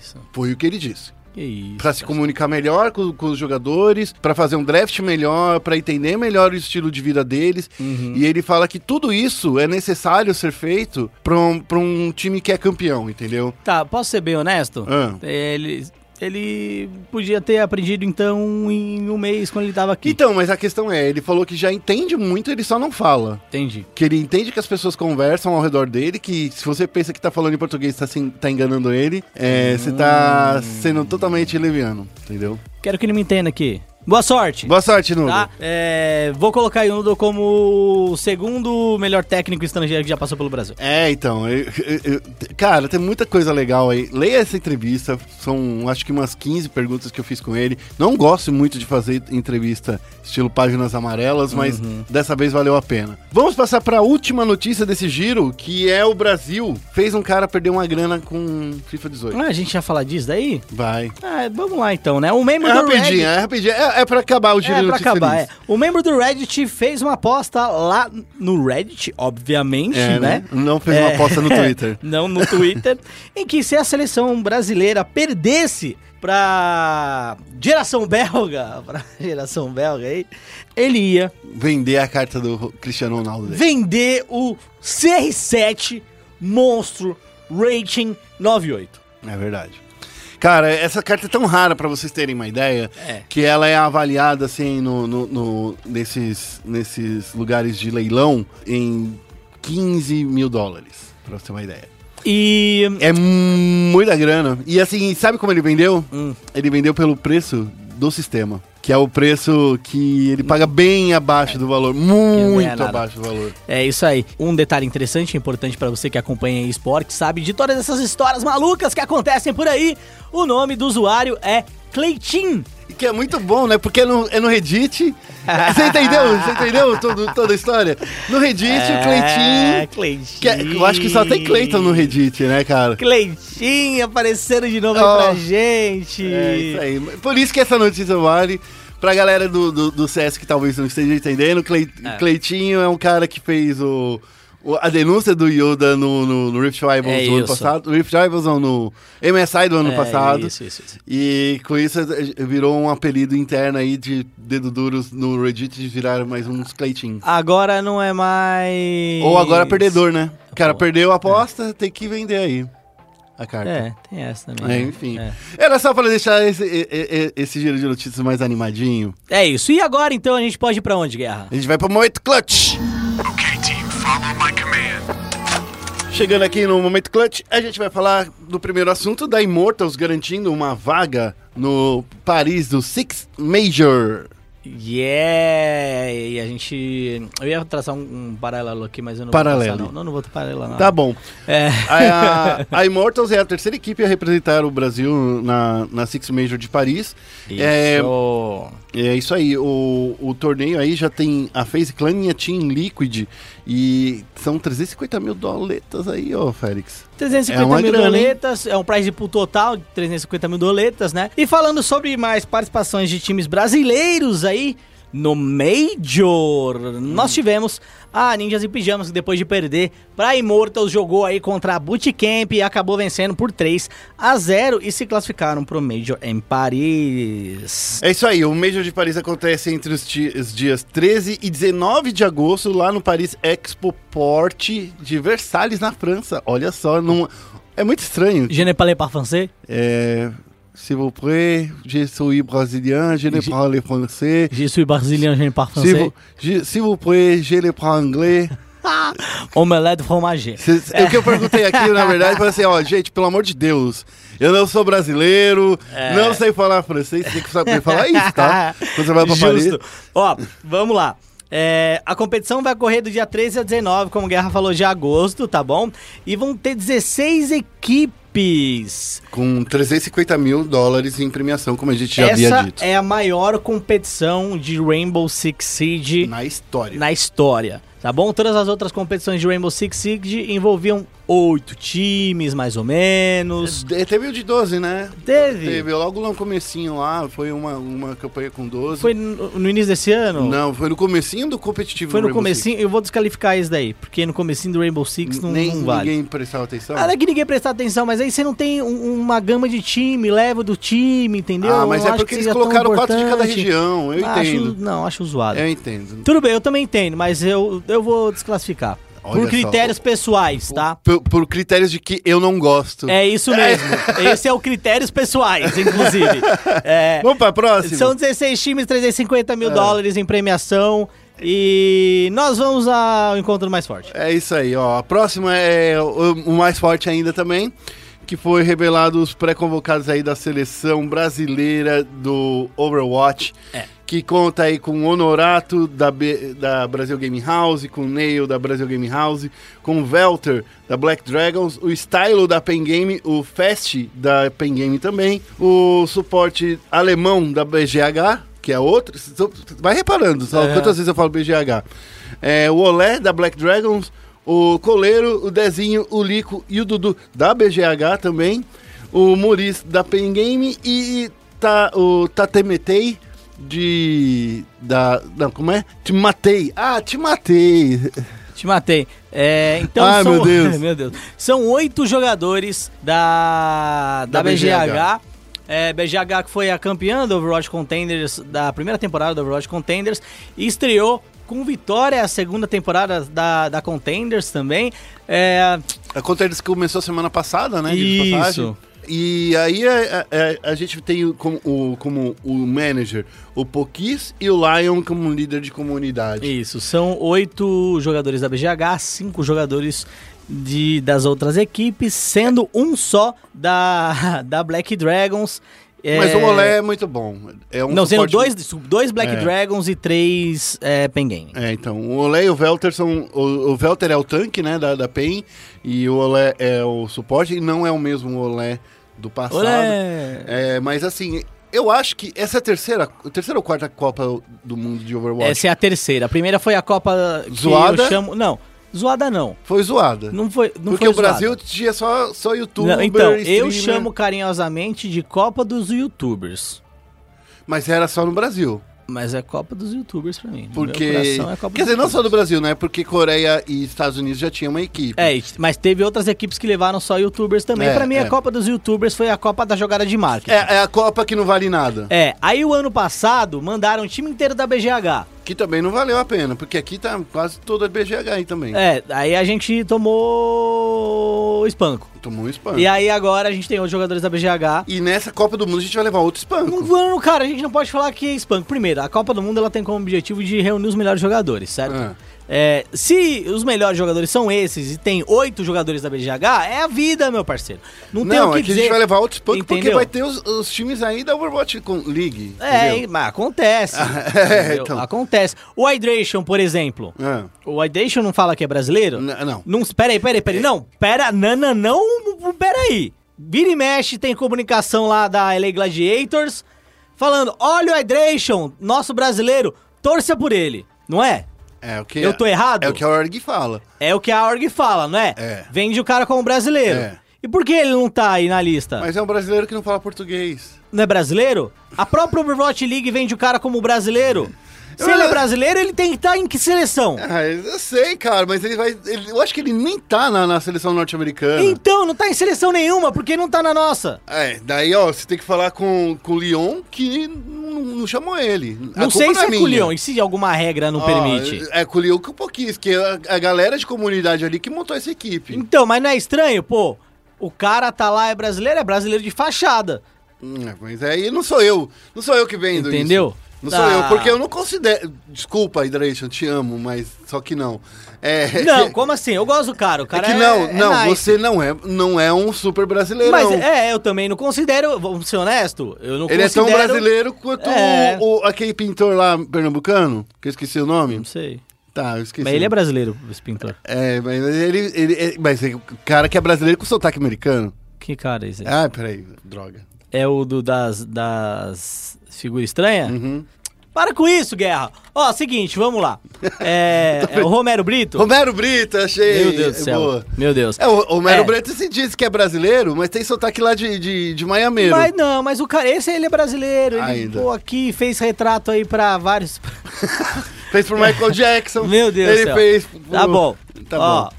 B: isso,
A: Foi o que ele disse
B: que isso.
A: para se comunicar melhor com, com os jogadores, para fazer um draft melhor, para entender melhor o estilo de vida deles. E ele fala que tudo isso é necessário ser feito para um, pra um time que é campeão, entendeu?
B: Tá, posso ser bem honesto?
A: Ah.
B: Ele, ele podia ter aprendido, então, em um mês, quando ele tava aqui.
A: Então, mas a questão é, ele falou que já entende muito, ele só não fala.
B: Entendi.
A: Que ele entende que as pessoas conversam ao redor dele, que se você pensa que tá falando em português, tá, se, tá enganando ele, é, você tá sendo totalmente leviano, entendeu?
B: Quero que ele me entenda aqui. Boa sorte!
A: Boa sorte, Nuno.
B: Tá? É, vou colocar o Nudo como o segundo melhor técnico estrangeiro que já passou pelo Brasil.
A: É, então, eu- eu- eu- cara, tem muita coisa legal aí. Leia essa entrevista, são acho que umas 15 perguntas que eu fiz com ele. Não gosto muito de fazer entrevista estilo páginas amarelas, mas
B: Uhum.
A: dessa vez valeu a pena. Vamos passar para a última notícia desse giro, que é o Brasil fez um cara perder uma grana com FIFA 18.
B: Ah, a gente ia falar disso daí?
A: Vai.
B: Ah, vamos lá então, né? O membro
A: É
B: do
A: rapidinho,
B: Reddit...
A: é rapidinho. É, é pra acabar o giro
B: É,
A: de
B: pra
A: notícia
B: acabar,
A: feliz.
B: é. O membro do Reddit fez uma aposta lá no Reddit, obviamente,
A: É,
B: né?
A: né? Não fez uma
B: É.
A: aposta no Twitter.
B: Não no Twitter. em que se a seleção brasileira perdesse pra geração belga, pra geração belga aí, ele ia
A: Vender a carta do Cristiano Ronaldo dele.
B: vender o CR7 Monstro Rating 98.
A: É verdade. Cara, essa carta é tão rara pra vocês terem uma ideia
B: É.
A: que ela é avaliada assim no, no- no- nesses, nesses lugares de leilão em 15 mil dólares, pra você ter uma ideia.
B: E
A: É mu- muita grana. E assim, sabe como ele vendeu?
B: Hum.
A: Ele vendeu pelo preço do sistema. Que é o preço que ele paga bem abaixo do valor,
B: É. ganha
A: muito
B: nada.
A: abaixo do valor.
B: É isso aí. Um detalhe interessante e importante pra você que acompanha esporte, sabe de todas essas histórias malucas que acontecem por aí, o nome do usuário é Cleitin.
A: E Que é muito bom, né? Porque é no, é no Reddit. Você entendeu? Você entendeu todo- toda a história? No Reddit, o
B: É,
A: Cleitinho.
B: Cleitin.
A: que é- eu acho que só tem Cleiton no Reddit, né, cara?
B: Cleitinho aparecendo de novo
A: Oh.
B: aí pra gente.
A: É isso aí. Por isso que essa notícia vale. Pra galera do, do, do CS que talvez não esteja entendendo, Cle- Cleitinho é um cara que fez o, o- a denúncia do Yoda no, no- no Rift Rivals
B: É
A: do ano
B: isso.
A: passado. No Rift Rivals não, no MSI do ano
B: É,
A: passado.
B: Isso, isso, isso.
A: E com isso eh, virou um apelido interno aí de dedo duros no Reddit de virar mais uns Cleitinhos.
B: Agora não é mais.
A: Ou agora perdedor, né? O cara
B: Pô.
A: perdeu a aposta, tem que vender aí a carta.
B: É, tem essa também.
A: É,
B: né?
A: enfim.
B: É.
A: Era só pra deixar esse, e- e- e- esse giro de notícias mais animadinho.
B: É isso. E agora então a gente pode ir pra onde, Guerra?
A: A gente vai pro Momento Clutch.
D: Okay, team, follow my command.
A: Chegando aqui no Momento Clutch, a gente vai falar do primeiro assunto da Immortals garantindo uma vaga no Paris do Six Major.
B: Yeah! E a gente. Eu ia traçar um, um paralelo aqui, mas eu não
A: Paralelo.
B: vou. traçar, Não. não, não vou paralelar, não.
A: Tá bom.
B: É.
A: A, a Immortals é a terceira equipe a representar o Brasil na, na Six Major de Paris. É,
B: Isso.
A: É isso aí, o, o torneio aí já tem a FaZe Clan e a Team Liquid e são 350 mil doletas aí, ô Félix.
B: 350
A: É uma
B: mil
A: grana, hein?
B: doletas, é um prize pool total de 350 mil doletas, né? E falando sobre mais participações de times brasileiros aí no Major,
A: Hum.
B: nós tivemos a Ninjas e Pijamas, que depois de perder pra Immortals, jogou aí contra a Bootcamp e acabou vencendo por 3 a 0 e se classificaram pro Major em Paris.
A: É isso aí, o Major de Paris acontece entre os, ti- os dias 13 e 19 de agosto lá no Paris Expo Port de Versalhes, na França. Olha só, não... é muito estranho.
B: Je ne parle pas français?
A: É... S'il vous plaît, je suis brésilien, je ne
B: Je-
A: parle français.
B: Je suis brésilien, je ne parle
A: S'il
B: français.
A: vous, je- s'il vous plaît, je ne parle anglais.
B: Ah, Omelette fromager.
A: Cês- é O que eu perguntei aqui, na verdade, foi assim, ó, gente, pelo amor de Deus, eu não sou brasileiro,
B: É.
A: não sei falar francês, você tem que saber falar isso, tá? Quando você vai pra
B: Justo.
A: Paris.
B: Ó, vamos lá. É, a competição vai ocorrer do dia 13 a 19, como o Guerra falou, de agosto, tá bom? E vão ter 16 equipes.
A: Com 350 mil dólares em premiação, como a gente já havia
B: Essa
A: dito.
B: é a maior competição de Rainbow Six Siege
A: Na história.
B: é na história, tá bom? Todas as outras competições de Rainbow Six Siege envolviam oito times, mais ou menos.
A: De- é, Teve o de 12, né?
B: Teve.
A: Teve, logo no comecinho lá, foi uma, uma campanha com 12.
B: Foi no, no início desse ano?
A: Não, foi no comecinho do competitivo.
B: Foi
A: do
B: no
A: Rainbow
B: comecinho, eu vou descalificar isso daí, porque no comecinho do Rainbow Six
A: Six.
B: não,
A: Nem
B: não vale.
A: ninguém prestava atenção.
B: Ah, não é que ninguém prestar atenção, mas aí você não tem um- uma gama de time, level do time, entendeu?
A: Ah, mas
B: Eu
A: é
B: não acho
A: porque
B: que
A: eles
B: seja tão
A: colocaram quatro de cada
B: importante.
A: região, eu
B: Ah, acho-
A: entendo. É.
B: não, acho zoado.
A: Eu entendo.
B: Tudo bem, eu também entendo, mas eu, eu vou desclassificar.
A: Olha só.
B: por critérios pessoais, tá?
A: Por, por critérios de que eu não gosto.
B: É isso mesmo. Esse é o critérios pessoais, inclusive. É,
A: Vamos pra próxima?
B: são 16 times, 350 mil
A: É.
B: dólares em premiação. E nós vamos ao encontro mais forte.
A: É isso aí, ó. A próxima é o, o mais forte ainda também, que foi revelado os pré-convocados aí da seleção brasileira do Overwatch.
B: É.
A: Que conta aí com o Honorato da, B- da Brasil Game House, com o Neil da Brasil Game House, com o Velter da Black Dragons, o Stylo da Pen Game, o Fest da Pen Game também, o suporte alemão da BGH, que é outro. Vai reparando só
B: É.
A: quantas vezes eu falo BGH. É, o Olé da Black Dragons, o Coleiro, o Dezinho, o Lico e o Dudu da BGH também, o Muris da Pen Game e tá, o Tatemetei de. da. Não, como é? Te matei. Ah, te matei.
B: Te matei. É, então
A: Ai,
B: são,
A: meu Deus.
B: meu Deus. São oito jogadores da, da,
A: Da
B: BGH. É, BGH que foi a campeã do Overwatch Contenders, da primeira temporada do Overwatch Contenders, e estreou com vitória a segunda temporada da, da Contenders também. É,
A: A Contenders começou semana passada, né? diga de
B: Isso.
A: passagem. E aí a, a- a gente tem o- como o, como o manager o Pokis e o Lion como líder de comunidade.
B: isso, são oito jogadores da BGH, cinco jogadores de, das outras equipes, sendo um só da, da Black Dragons.
A: Mas
B: É,
A: o Olé é muito bom. É um
B: Não, sendo
A: suporte-
B: dois, dois Black
A: É.
B: Dragons e três é, Penguin.
A: É, então, o Olé e o Velter são. O, o Velter é o tanque, né, da, da PEN, e o Olé é o suporte, e não é o mesmo Olé do passado.
B: Olé!
A: É, mas assim, eu acho que essa é a terceira, a terceira ou quarta Copa do Mundo de Overwatch.
B: Essa é a terceira. A primeira foi a Copa que
A: Zoada?
B: eu chamo... Não, zoada não.
A: Foi zoada.
B: Não foi não
A: Porque
B: foi
A: o Brasil
B: zoada.
A: tinha só, só youtuber,
B: Não, então, eu
A: streamer,
B: chamo carinhosamente de Copa dos Youtubers.
A: Mas era só no Brasil.
B: Mas é Copa dos Youtubers pra mim. No
A: Porque.
B: Meu coração é Copa
A: Quer
B: dos
A: dizer, não só do
B: Youtubers.
A: Brasil, né? Porque Coreia e Estados Unidos já tinham uma equipe.
B: É, e- mas teve outras equipes que levaram só Youtubers também.
A: É,
B: pra mim,
A: é.
B: a Copa dos Youtubers foi a Copa da jogada de marketing.
A: É, é a Copa que não vale nada.
B: É, aí o ano passado mandaram o time inteiro da BGH.
A: Que também não valeu a pena, porque aqui tá quase toda BGH aí também.
B: É, aí a gente tomou espanco.
A: Tomou um espanco.
B: E
A: E,
B: aí agora a gente tem os jogadores da BGH.
A: nessa Copa do Mundo a gente vai levar outro espanco.
B: Não, Mano, cara, a gente não pode falar que é espanco. Primeiro, a Copa do Mundo ela tem como objetivo de reunir os melhores jogadores, certo?
A: Ah.
B: É, se os melhores jogadores são esses e tem oito jogadores da BGH, é a vida, meu parceiro. Não, tem o
A: Não,
B: que
A: é que a
B: dizer.
A: gente vai levar outro espanco porque
B: Entendeu?
A: vai ter os, os times aí da Overwatch com- League.
B: É,
A: entendeu?
B: hein, mas acontece.
A: é,
B: entendeu?
A: então.
B: Acontece. O Hydration, por exemplo.
A: Ah,
B: O Hydration não fala que é brasileiro?
A: n- não. É.
B: Não, peraí, peraí, peraí. Não, pera, não, não, não, peraí. Vira e mexe, tem comunicação lá da LA Gladiators falando: olha o Hydration, nosso brasileiro, torça por ele, não é?
A: É o que
B: Eu tô errado?
A: É o que a org fala.
B: É o que a org fala, não é?
A: É.
B: Vende o cara como brasileiro.
A: É.
B: E por que ele não tá aí na lista?
A: Mas é um brasileiro que não fala português.
B: Não é brasileiro? A própria Overwatch League vende o cara como brasileiro. Se
A: Eu-
B: ele é brasileiro, ele tem que estar em que seleção?
A: Ah, eu sei, cara, mas ele vai. ele- eu acho que ele nem tá na, na seleção norte-americana.
B: Então, não tá em seleção nenhuma, porque não tá na nossa.
A: É, daí, ó, você tem que falar com, com o Lyon que não, não chamou ele. A
B: não
A: culpa
B: sei se
A: é
B: é
A: minha.
B: culhão, e se alguma regra não
A: Ó,
B: permite.
A: É com o Lyon que um pouquinho, que a, a galera de comunidade ali que montou essa equipe.
B: Então, mas não é estranho, pô? O cara tá lá, é brasileiro, é brasileiro de fachada.
A: Hum, Mas aí não sou eu. Não sou eu que vendo
B: Entendeu?
A: isso. Não sou
B: Ah.
A: eu, porque eu não considero. Desculpa, Hydration, te amo, mas só que não. É.
B: Não, como assim? Eu gosto do cara, o
A: É
B: cara
A: que
B: é-
A: não,
B: é
A: não,
B: nice.
A: você não é, não é um super brasileiro.
B: Mas é, eu também não considero, vamos ser honesto, eu não
A: Ele é tão
B: considero...
A: brasileiro quanto
B: É.
A: o, o- aquele pintor lá pernambucano, que eu esqueci o nome.
B: Não sei.
A: Tá, eu esqueci.
B: Mas ele é brasileiro, esse pintor.
A: É, mas ele, ele, ele- Mas é o cara que é brasileiro com sotaque americano.
B: Que cara é esse? aí?
A: Ah, peraí, droga.
B: É o do, das, das figuras estranhas?
A: Uhum.
B: Para com isso, Guerra. Ó, seguinte, vamos lá. É, é o Romero Brito.
A: Romero Brito, achei.
B: Meu Deus do céu.
A: Boa.
B: Meu Deus.
A: É, o o Romero
B: É.
A: Brito se diz que é brasileiro, mas tem sotaque lá de, de, de Miameiro.
B: Mas não, mas o cara, esse ele é brasileiro. Ele
A: Ainda.
B: pô, aqui, fez retrato aí pra vários.
A: Fez pro Michael Jackson.
B: Meu Deus
A: Ele
B: do céu.
A: fez pro...
B: Tá bom.
A: Tá
B: Ó,
A: bom.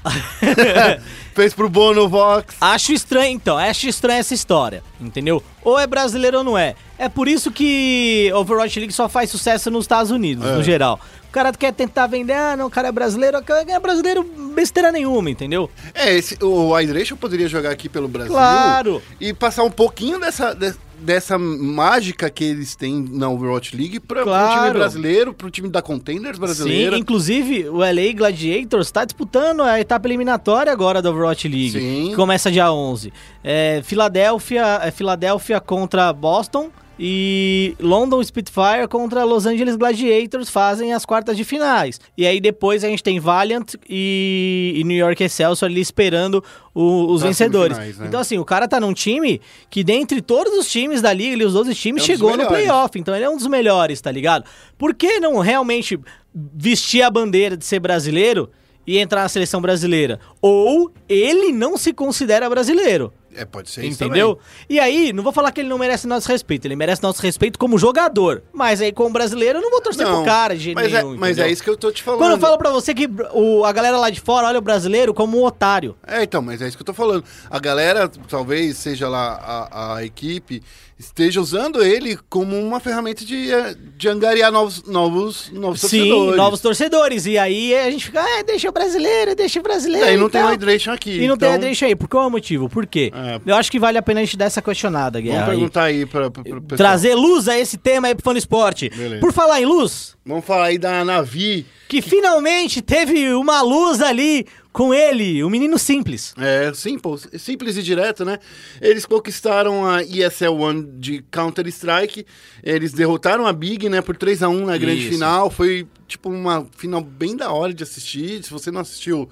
A: fez pro Bono Vox.
B: acho estranho, então, acho estranha essa história, entendeu? Ou é brasileiro ou não é. É por isso que Overwatch League só faz sucesso nos Estados Unidos,
A: É.
B: no geral. O cara quer tentar vender, ah, não, o cara é brasileiro, o cara é brasileiro besteira nenhuma, entendeu?
A: É, esse, o Hydration poderia jogar aqui pelo Brasil.
B: Claro.
A: E passar um pouquinho dessa, de- dessa mágica que eles têm na Overwatch League para o time
B: Claro.
A: brasileiro, pro time da Contenders brasileira.
B: Sim, inclusive o LA Gladiators está disputando a etapa eliminatória agora da Overwatch League.
A: Sim.
B: Que começa dia 11. É, Filadélfia, é, Filadélfia contra Boston e London Spitfire contra Los Angeles Gladiators fazem as quartas de finais. E aí depois a gente tem Valiant e, e New York Excelsior ali esperando o- os
A: Nas
B: vencedores.
A: semifinais, né?
B: Então assim, o cara tá num time que dentre todos os times da liga, ele, os 12 times,
A: É um dos
B: chegou no
A: melhores.
B: playoff playoff, então ele é um dos melhores, tá ligado? Por que não realmente vestir a bandeira de ser brasileiro e entrar na seleção brasileira? Ou ele não se considera brasileiro.
A: É, pode ser isso
B: Entendeu? E aí, não vou falar que ele não merece nosso respeito. Ele merece nosso respeito como jogador. Mas aí, como brasileiro, eu não vou torcer
A: também. Não,
B: é pro cara de jeito
A: mas,
B: nenhum.
A: é, mas
B: entendeu?
A: é isso que eu tô te falando.
B: Quando eu falo pra você que o- a galera lá de fora olha o brasileiro como um otário.
A: É, então, mas é isso que eu tô falando. A galera, talvez, seja lá a, a equipe, esteja usando ele como uma ferramenta de, eh, de angariar novos, novos, novos
B: Sim,
A: torcedores.
B: novos torcedores. E aí a gente fica, ah, deixa o brasileiro, deixa o brasileiro.
A: Daí
B: e
A: não tem
B: tal.
A: o Hydration aqui.
B: E não
A: então,
B: tem adereço aí. Por qual é o motivo? Por quê?
A: É.
B: Eu acho que vale a pena a gente dar essa questionada,
A: Vamos
B: Guerra. aí.
A: perguntar aí pra, pra, pro pessoal.
B: Trazer luz a esse tema aí pro Fã do Esporte.
A: Beleza.
B: Por falar em luz,
A: Vamos falar aí da Navi.
B: que finalmente teve uma luz ali, com ele, o menino simples.
A: É, simples, simples e direto, né? Eles conquistaram a ESL One de Counter-Strike, eles derrotaram a Big, né, por 3 a 1 na grande
B: Isso.
A: final. Foi, tipo, uma final bem da hora de assistir. Se você não assistiu,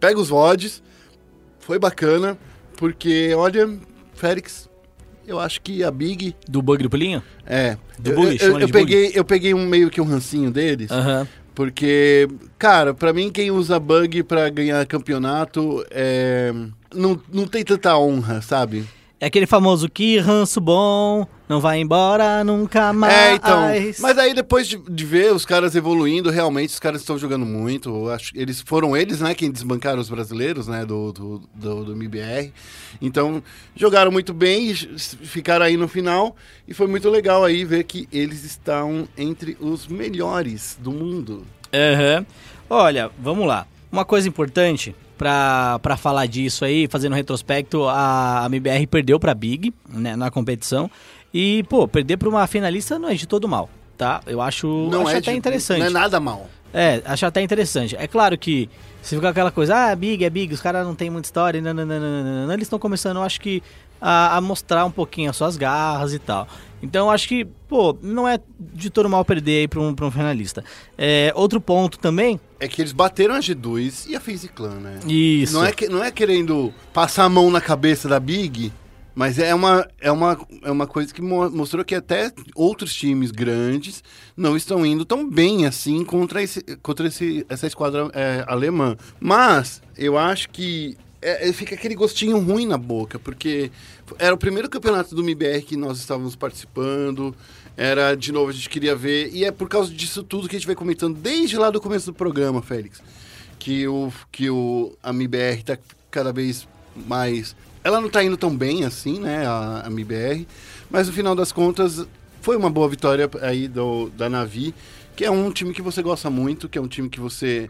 A: pega os VODs. Foi bacana, porque, olha, Félix, eu acho que a Big.
B: Do bug do pulinho?
A: É.
B: Do
A: eu,
B: bully,
A: eu-
B: chama
A: eu
B: de bully.
A: peguei, eu peguei um meio que um rancinho deles.
B: Aham.
A: Porque, cara, pra mim quem usa bug pra ganhar campeonato é... não, não tem tanta honra, sabe?
B: É aquele famoso que ranço bom, não vai embora nunca mais.
A: É, então. Mas aí depois de, de ver os caras evoluindo, realmente os caras estão jogando muito. Eu Acho, que eles foram eles, né, quem desbancaram os brasileiros, né, do, do, do, do MBR. Então, jogaram muito bem, e s- ficaram aí no final. E foi muito legal aí ver que eles estão entre os melhores do mundo.
B: Aham. Olha, vamos lá. Uma coisa importante pra, pra falar disso aí, fazendo um retrospecto, a, a MBR perdeu pra Big né, na competição. E, pô, perder pra uma finalista não é de todo mal, tá? Eu acho, acho até
A: de-
B: interessante.
A: Não é nada mal.
B: É, acho até interessante. É claro que se ficar aquela coisa, ah, Big é Big, os caras não tem muita história, nananana, eles estão começando, eu acho que, a, a mostrar um pouquinho as suas garras e tal. Então eu acho que, pô, não é de todo mal perder aí pra um, pra um finalista. É, outro ponto também,
A: É que eles bateram a G2 e a FaZe Clan, né?
B: isso.
A: Não é, que, não é querendo passar a mão na cabeça da Big, mas é uma, é uma, é uma coisa que mo- mostrou que até outros times grandes não estão indo tão bem assim contra, esse, contra esse, essa esquadra é, alemã. Mas eu acho que é- é- fica aquele gostinho ruim na boca, porque era o primeiro campeonato do MBR que nós estávamos participando. Era, de novo, a gente queria ver. E é por causa disso tudo que a gente vai comentando desde lá do começo do programa, Félix que o que o a MIBR tá cada vez mais ela não tá indo tão bem assim, né, a, a MIBR, mas no final das contas foi uma boa vitória aí do, da Navi, que é um time que você gosta muito, que é um time que você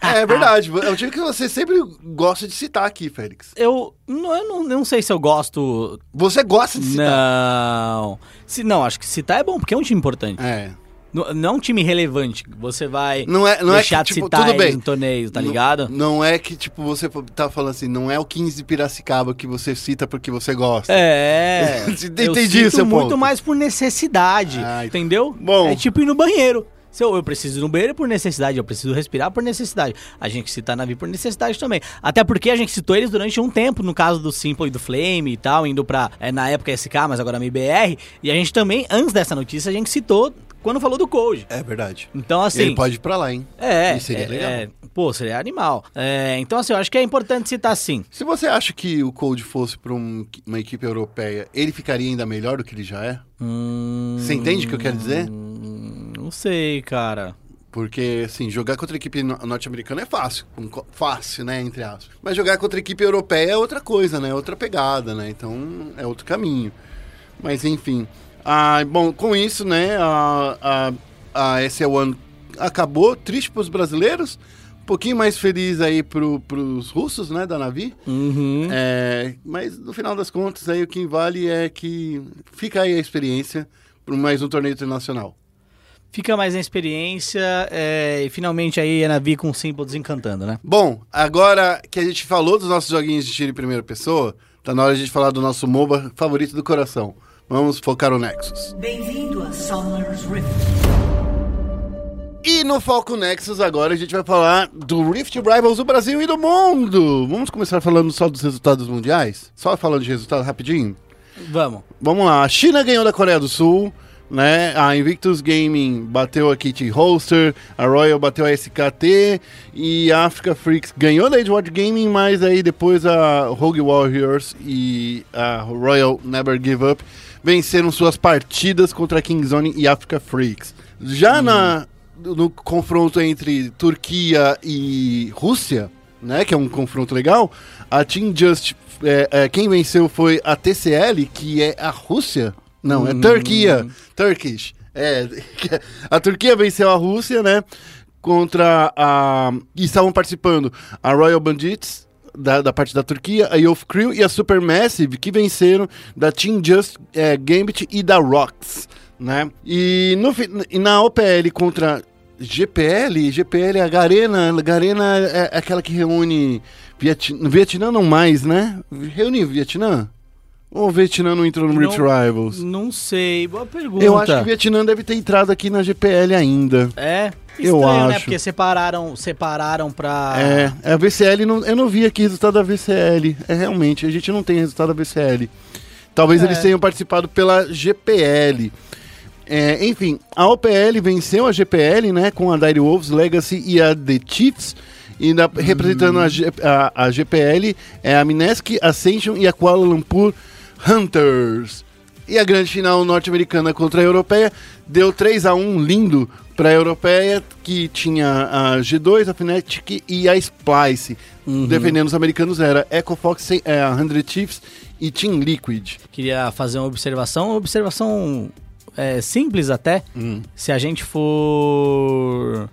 A: É verdade, é um time que você sempre gosta de citar aqui, Félix.
B: Eu, não, eu não, não sei se eu gosto.
A: Você gosta de citar.
B: Não. Se, não, acho que citar é bom, porque é um time importante.
A: É.
B: Não, não é um time relevante. Você vai
A: Não é, não é
B: deixar
A: que,
B: de
A: tipo,
B: citar
A: tudo
B: eles
A: bem.
B: em torneio, tá ligado?
A: Não, não é que, tipo, você tá falando assim, não é o 15 de Piracicaba que você cita porque você gosta.
B: É.
A: Entendi
B: eu sinto
A: seu
B: muito
A: ponto.
B: mais por necessidade,
A: Ah,
B: entendeu?
A: bom.
B: É tipo ir no banheiro. Se eu, eu preciso ir no banheiro por necessidade, eu preciso respirar por necessidade. A gente cita a Navi por necessidade também. Até porque a gente citou eles durante um tempo, no caso do Simple e do Flame e tal, indo pra, é, na época SK, mas agora MBR. E a gente também, antes dessa notícia, a gente citou quando falou do Cold.
A: É verdade.
B: Então, assim.
A: Ele pode ir pra lá, hein?
B: É,
A: Isso seria
B: é,
A: legal.
B: é, pô, seria animal. É, então, assim, eu acho que é importante citar sim.
A: Se você acha que o Cold fosse para uma equipe europeia, ele ficaria ainda melhor do que ele já é?
B: Hum,
A: Você entende o que eu quero dizer?
B: Hum, Não sei, cara.
A: Porque, assim, jogar contra a equipe no- norte-americana é fácil. com co- Fácil, né? Entre aspas. Mas jogar contra a equipe europeia é outra coisa, né? É outra pegada, né? Então é outro caminho. Mas enfim. Ah, bom, com isso, né? A, a, a SL1 acabou. Triste pros brasileiros. Um pouquinho mais feliz aí pro, pros russos, né? Da Navi.
B: Uhum.
A: É, mas no final das contas, aí o que vale é que fica aí a experiência para mais um torneio internacional.
B: Fica mais na experiência é, e finalmente aí a Navi com o Simple desencantando, né?
A: Bom, agora que a gente falou dos nossos joguinhos de tiro em primeira pessoa, tá na hora de a gente falar do nosso MOBA favorito do coração. Vamos focar o Nexus.
E: Bem-vindo a Summer's Rift.
A: E no Foco Nexus agora a gente vai falar do Rift Rivals do Brasil e do mundo. Vamos começar falando só dos resultados mundiais? Só falando de resultado rapidinho?
B: Vamos.
A: Vamos lá, a China ganhou da Coreia do Sul, né? A Invictus Gaming bateu a Kitty Holster, a Royal bateu a SKT e a Africa Freaks ganhou da Edward Gaming, mas aí depois a Rogue Warriors e a Royal Never Give Up venceram suas partidas contra a Kingzone e Africa Freaks. Já na no confronto entre Turquia e Rússia, né, que é um confronto legal, a Team Just, é, é, quem venceu foi a TCL, que é a Rússia, não, é Turquia, Turkish, é, a Turquia venceu a Rússia, né, contra a, e estavam participando a Royal Bandits, da, da parte da Turquia, a Youth Crew e a Supermassive, que venceram da Team Just, é, Gambit e da Rox, né, e, no, fi- e na OPL contra GPL, GPL é a Garena. Garena é aquela que reúne. Vieti... Vietnã não mais, né? Reúne Vietnã? Ou Vietnã não entrou no
B: Não- tá.
A: Rich Rivals?
B: Não sei, boa pergunta.
A: Eu acho que Vietnã deve ter entrado aqui na GPL ainda.
B: É,
A: Eu
B: estranho, né?
A: acho.
B: Porque separaram, separaram pra...
A: É, a VCL, não, eu não vi aqui resultado da VCL. É realmente, a gente não tem resultado da VCL. Talvez
B: É.
A: eles tenham participado pela GPL. É, enfim, a OPL venceu a GPL, né, com a Dire Wolves Legacy e a The Chiefs. E na- representando a, G- a- a GPL é a Minesc, Ascension e a Kuala Lumpur Hunters. E a grande final norte-americana contra a europeia deu 3 a 1 lindo para a europeia, que tinha a G2, a Fnatic e a Splice. Defendendo os americanos era Echo Fox, é, a 100 Chiefs e Team Liquid.
B: Queria fazer uma observação, uma observação é, simples até. Se a gente for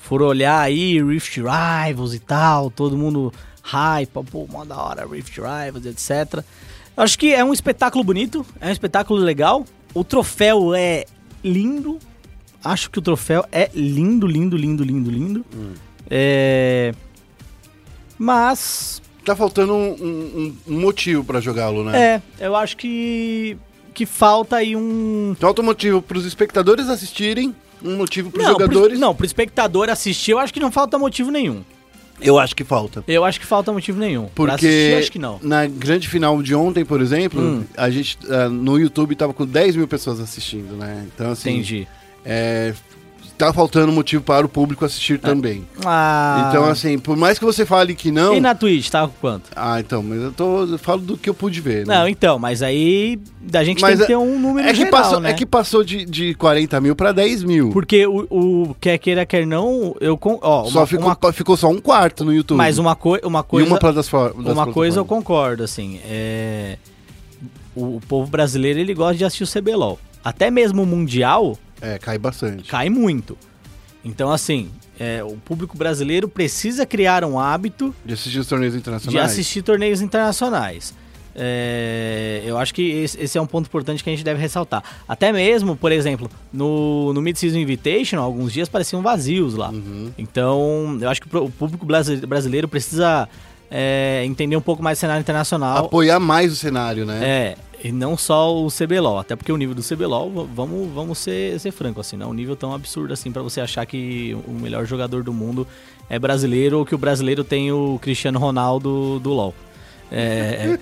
B: for olhar aí Rift Rivals e tal, todo mundo hype, pô, mó da hora Rift Rivals, etc. Eu acho que é um espetáculo bonito, é um espetáculo legal. O troféu é lindo. Acho que o troféu é lindo, lindo, lindo, lindo, lindo. É... Mas
A: Tá faltando um, um- um motivo pra jogá-lo, né?
B: é, eu acho que que falta aí um
A: Falta um motivo pros espectadores assistirem, um motivo pros
B: não,
A: jogadores.
B: Pro, não, pro espectador assistir, eu acho que não falta motivo nenhum.
A: eu acho que falta.
B: Eu acho que falta motivo nenhum. Pra
A: Porque
B: assistir, acho que não. Hum.
A: na grande final de ontem, por exemplo, a gente ah, no YouTube tava com 10 mil pessoas assistindo, né? Então, assim.
B: Entendi.
A: É, tá faltando motivo para o público assistir também.
B: Ah,
A: Então, assim, por mais que você fale que não.
B: E na Twitch, tá com quanto?
A: Ah, então, mas eu, tô, eu falo do que eu pude ver. né?
B: Não, então, mas aí a gente
A: Mas
B: tem
A: é-
B: que ter um número
A: é que
B: geral,
A: passou,
B: né?
A: é que passou de, de 40 mil pra 10 mil.
B: Porque o, o quer queira, quer não, eu... Con... Ó, uma,
A: só ficou,
B: uma-
A: ficou só um quarto no YouTube.
B: Mas uma, coi- uma coisa...
A: e uma plataforma. das
B: Uma coisa eu
A: plataformas.
B: concordo, assim, é... O, o povo brasileiro, ele gosta de assistir o CBLOL. Até mesmo o Mundial
A: É, cai bastante.
B: cai muito. Então, assim, é, o público brasileiro precisa criar um hábito
A: De assistir os torneios
B: de
A: internacionais.
B: assistir torneios internacionais. É, eu acho que esse, esse é um ponto importante que a gente deve ressaltar. Até mesmo, por exemplo, no, no Mid-Season Invitational, alguns dias pareciam vazios lá. Então, eu acho que o pro- o público brasi- brasileiro precisa é, entender um pouco mais o cenário internacional.
A: Apoiar mais o cenário, né?
B: É, e não só o CBLOL, até porque o nível do CBLOL, v- vamos, vamos ser, ser franco, assim, não é um nível tão absurdo assim pra você achar que o melhor jogador do mundo é brasileiro ou que o brasileiro tem o Cristiano Ronaldo do LOL. É,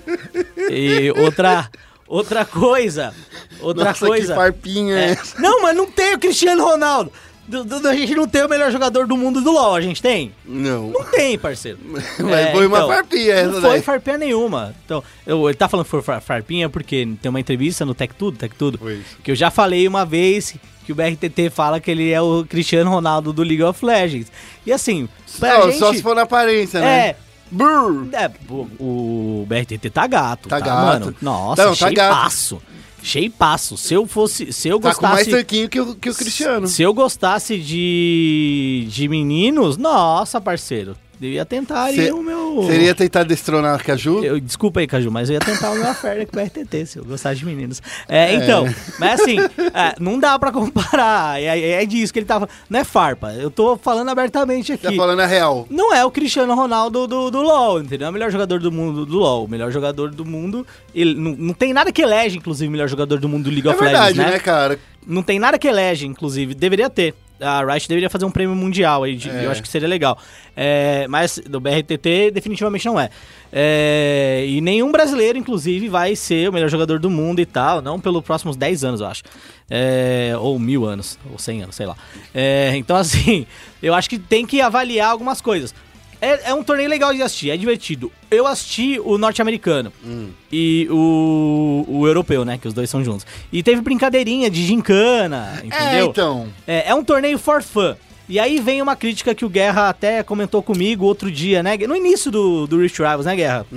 B: e outra, outra coisa, outra
A: Nossa,
B: coisa...
A: que farpinha é
B: É.
A: essa?
B: Não, mas não tem o Cristiano Ronaldo! Do- do- a gente não tem o melhor jogador do mundo do LOL, a gente tem?
A: Não.
B: Não tem, parceiro. É, então,
A: Mas foi uma farpinha essa
B: Não
A: daí.
B: foi farpinha nenhuma. Então, eu, ele tá falando que foi far- farpinha porque tem uma entrevista no Tech Tudo, Tech Tudo,
A: Foi isso.
B: que eu já falei uma vez que o BRTT fala que ele é o Cristiano Ronaldo do League of Legends. E assim, pra
A: Não,
B: gente...
A: Só se for na aparência, né?
B: É,
A: Brrr.
B: é, o, o BRTT tá gato,
A: Tá
B: tá,
A: gato.
B: mano? Nossa,
A: Não, tá gato.
B: shapeaço. Shapeaço. Se eu fosse, se eu
A: Tá com mais
B: gostasse...
A: tanquinho que o, que o Cristiano.
B: Se eu gostasse de, de meninos, nossa, parceiro, eu ia tentar aí
A: Se-
B: o meu...
A: Seria tentar destronar a Caju?
B: Eu- desculpa aí, Caju, mas eu ia tentar uma oferta com o RTT, se eu gostasse de meninos. É, então, mas assim, é, não dá pra comparar. É, é disso que ele tá falando. Não é farpa, eu tô falando abertamente aqui.
A: Tá falando a real.
B: Não é o Cristiano Ronaldo do, do LoL, entendeu? É o melhor jogador do mundo do LoL. O melhor jogador do mundo. Ele, não, não tem nada que elege, inclusive, o melhor jogador do mundo do League
A: É
B: of
A: verdade,
B: Legends,
A: né, cara?
B: não tem nada que elege, inclusive. Deveria ter. A Riot deveria fazer um prêmio mundial aí, de-
A: É.
B: eu acho que seria legal. É, mas do BRTT definitivamente não é. É, E nenhum brasileiro, inclusive, vai ser o melhor jogador do mundo e tal, não pelos próximos 10 anos, eu acho. É, ou mil anos, ou 100 anos, sei lá. É, então, assim, eu acho que tem que avaliar algumas coisas. É, é um torneio legal de assistir, é divertido. Eu assisti o norte-americano
A: Hum.
B: e o, o europeu, né? Que os dois são juntos. E teve brincadeirinha de gincana,
A: É,
B: entendeu? É,
A: então.
B: é, um torneio for fun. E aí vem uma crítica que o Guerra até comentou comigo outro dia, né? No início do, do Rift Rivals, né, Guerra?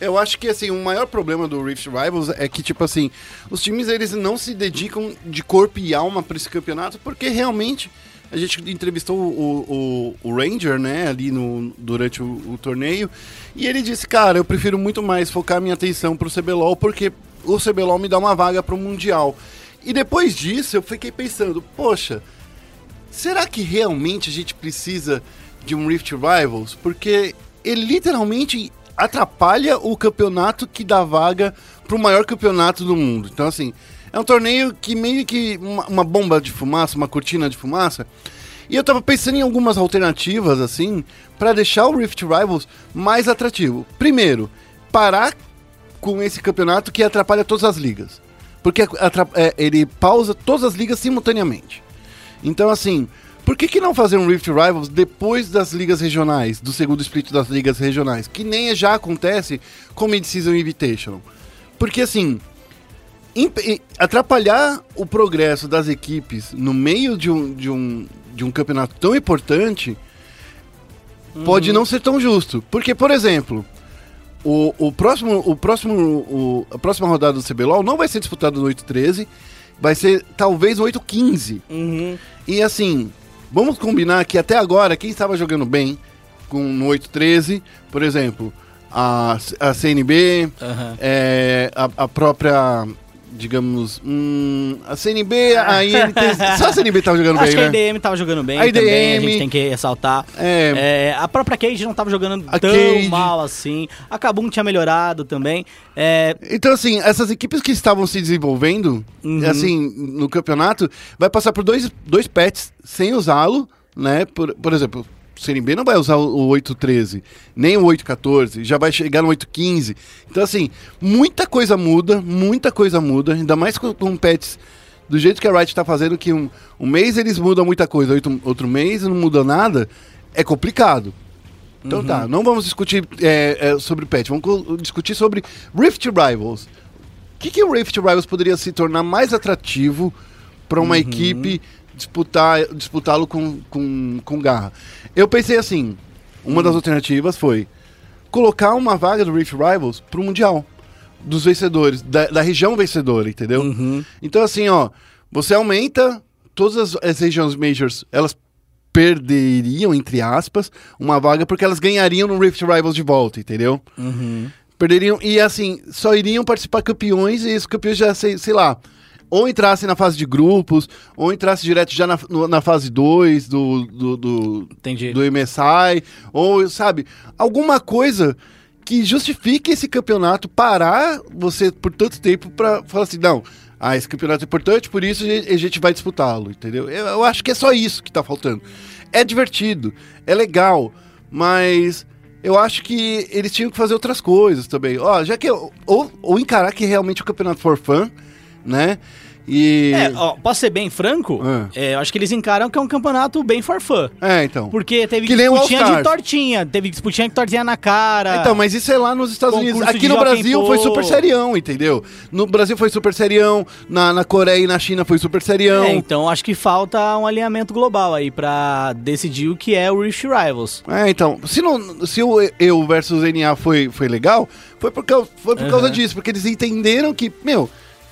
A: Eu acho que, assim, o maior problema do Rift Rivals é que, tipo assim, os times, eles não se dedicam de corpo e alma pra esse campeonato, porque realmente, a gente entrevistou o, o- o Ranger, né, ali no, durante o, o torneio, e ele disse, cara, eu prefiro muito mais focar minha atenção pro CBLOL, porque o CBLOL me dá uma vaga pro Mundial. E depois disso, eu fiquei pensando, poxa, será que realmente a gente precisa de um Rift Rivals? Porque ele literalmente atrapalha o campeonato que dá vaga pro maior campeonato do mundo. Então, assim, é um torneio que meio que uma, uma bomba de fumaça, uma cortina de fumaça. E eu tava pensando em algumas alternativas, assim, para deixar o Rift Rivals mais atrativo. Primeiro, parar com esse campeonato que atrapalha todas as ligas. Porque atra- é, ele pausa todas as ligas simultaneamente. Então, assim, por que, que não fazer um Rift Rivals depois das ligas regionais, do segundo split das ligas regionais? Que nem já acontece com Mid-Season Invitational. Porque, assim, imp- e- atrapalhar o progresso das equipes no meio de um, de um, de um campeonato tão importante pode não ser tão justo. Porque, por exemplo, o, o próximo, o próximo, o- a próxima rodada do CBLOL não vai ser disputada no 8-13, vai ser talvez no 8-15.
B: Uhum.
A: E assim, vamos combinar que até agora, quem estava jogando bem com no 8-13, por exemplo, a, a CNB,
B: Aham.
A: é, a, a própria, digamos, hum, a CNB, a INTZ, só a CNB estava jogando
B: Acho
A: bem,
B: que a
A: né?
B: IDM tava jogando bem
A: A
B: também, a
A: IDM.
B: gente tem que ressaltar.
A: É.
B: É, a própria Cage não tava jogando
A: A
B: tão
A: Cage.
B: mal assim. A Kabum tinha melhorado também. É,
A: Então, assim, essas equipes que estavam se desenvolvendo, assim, no campeonato, vai passar por dois, dois pets sem usá-lo, né? Por, por exemplo, o CNB não vai usar o 813, nem o 814, já vai chegar no 815. Então, assim, muita coisa muda, muita coisa muda, ainda mais com, com pets do jeito que a Riot tá fazendo, que um, um mês eles mudam muita coisa, outro, outro mês não muda nada, é complicado. Então tá, não vamos discutir é, é, sobre patch, vamos co- discutir sobre Rift Rivals. O que, que o Rift Rivals poderia se tornar mais atrativo para uma equipe disputar, disputá-lo com, com, com garra? Eu pensei assim, uma das alternativas foi colocar uma vaga do Rift Rivals pro Mundial. Dos vencedores, da, da região vencedora, entendeu? Então, assim, ó, você aumenta todas as, as regiões majors, elas perderiam, entre aspas, uma vaga porque elas ganhariam no Rift Rivals de volta, entendeu? Perderiam, e assim, só iriam participar campeões e esses campeões já, sei, sei lá, ou entrassem na fase de grupos, ou entrassem direto já na, no- na fase 2 do, do, do,
B: Entendi.
A: do MSI, ou, sabe, alguma coisa que justifique esse campeonato parar você por tanto tempo pra falar assim, não, ah, esse campeonato é importante, por isso a gente vai disputá-lo, entendeu? Eu, eu acho que é só isso que tá faltando. É divertido, é legal, mas eu acho que eles tinham que fazer outras coisas também. Ó, já que... eu- Ou, ou encarar que realmente o campeonato for fã, né? E...
B: é, ó, posso ser bem franco?
A: Ah.
B: É, eu acho que eles encaram que é um campeonato bem farfã.
A: É, então.
B: Porque teve
A: Que nem o
B: disputinha de
A: All-Stars.
B: tortinha, teve disputinha de tortinha na cara.
A: Então, mas isso é lá nos Estados
B: Concurso
A: Unidos. Aqui
B: de
A: no
B: Jockey
A: Brasil
B: Pô.
A: foi super serião, entendeu? No Brasil foi super serião, na, na Coreia e na China foi super serião.
B: É, então acho que falta um alinhamento global aí pra decidir o que é o Rift Rivals.
A: É, então, se, não, se o eu versus NA foi, foi legal, foi por, cau- foi por causa disso, porque eles entenderam que, meu,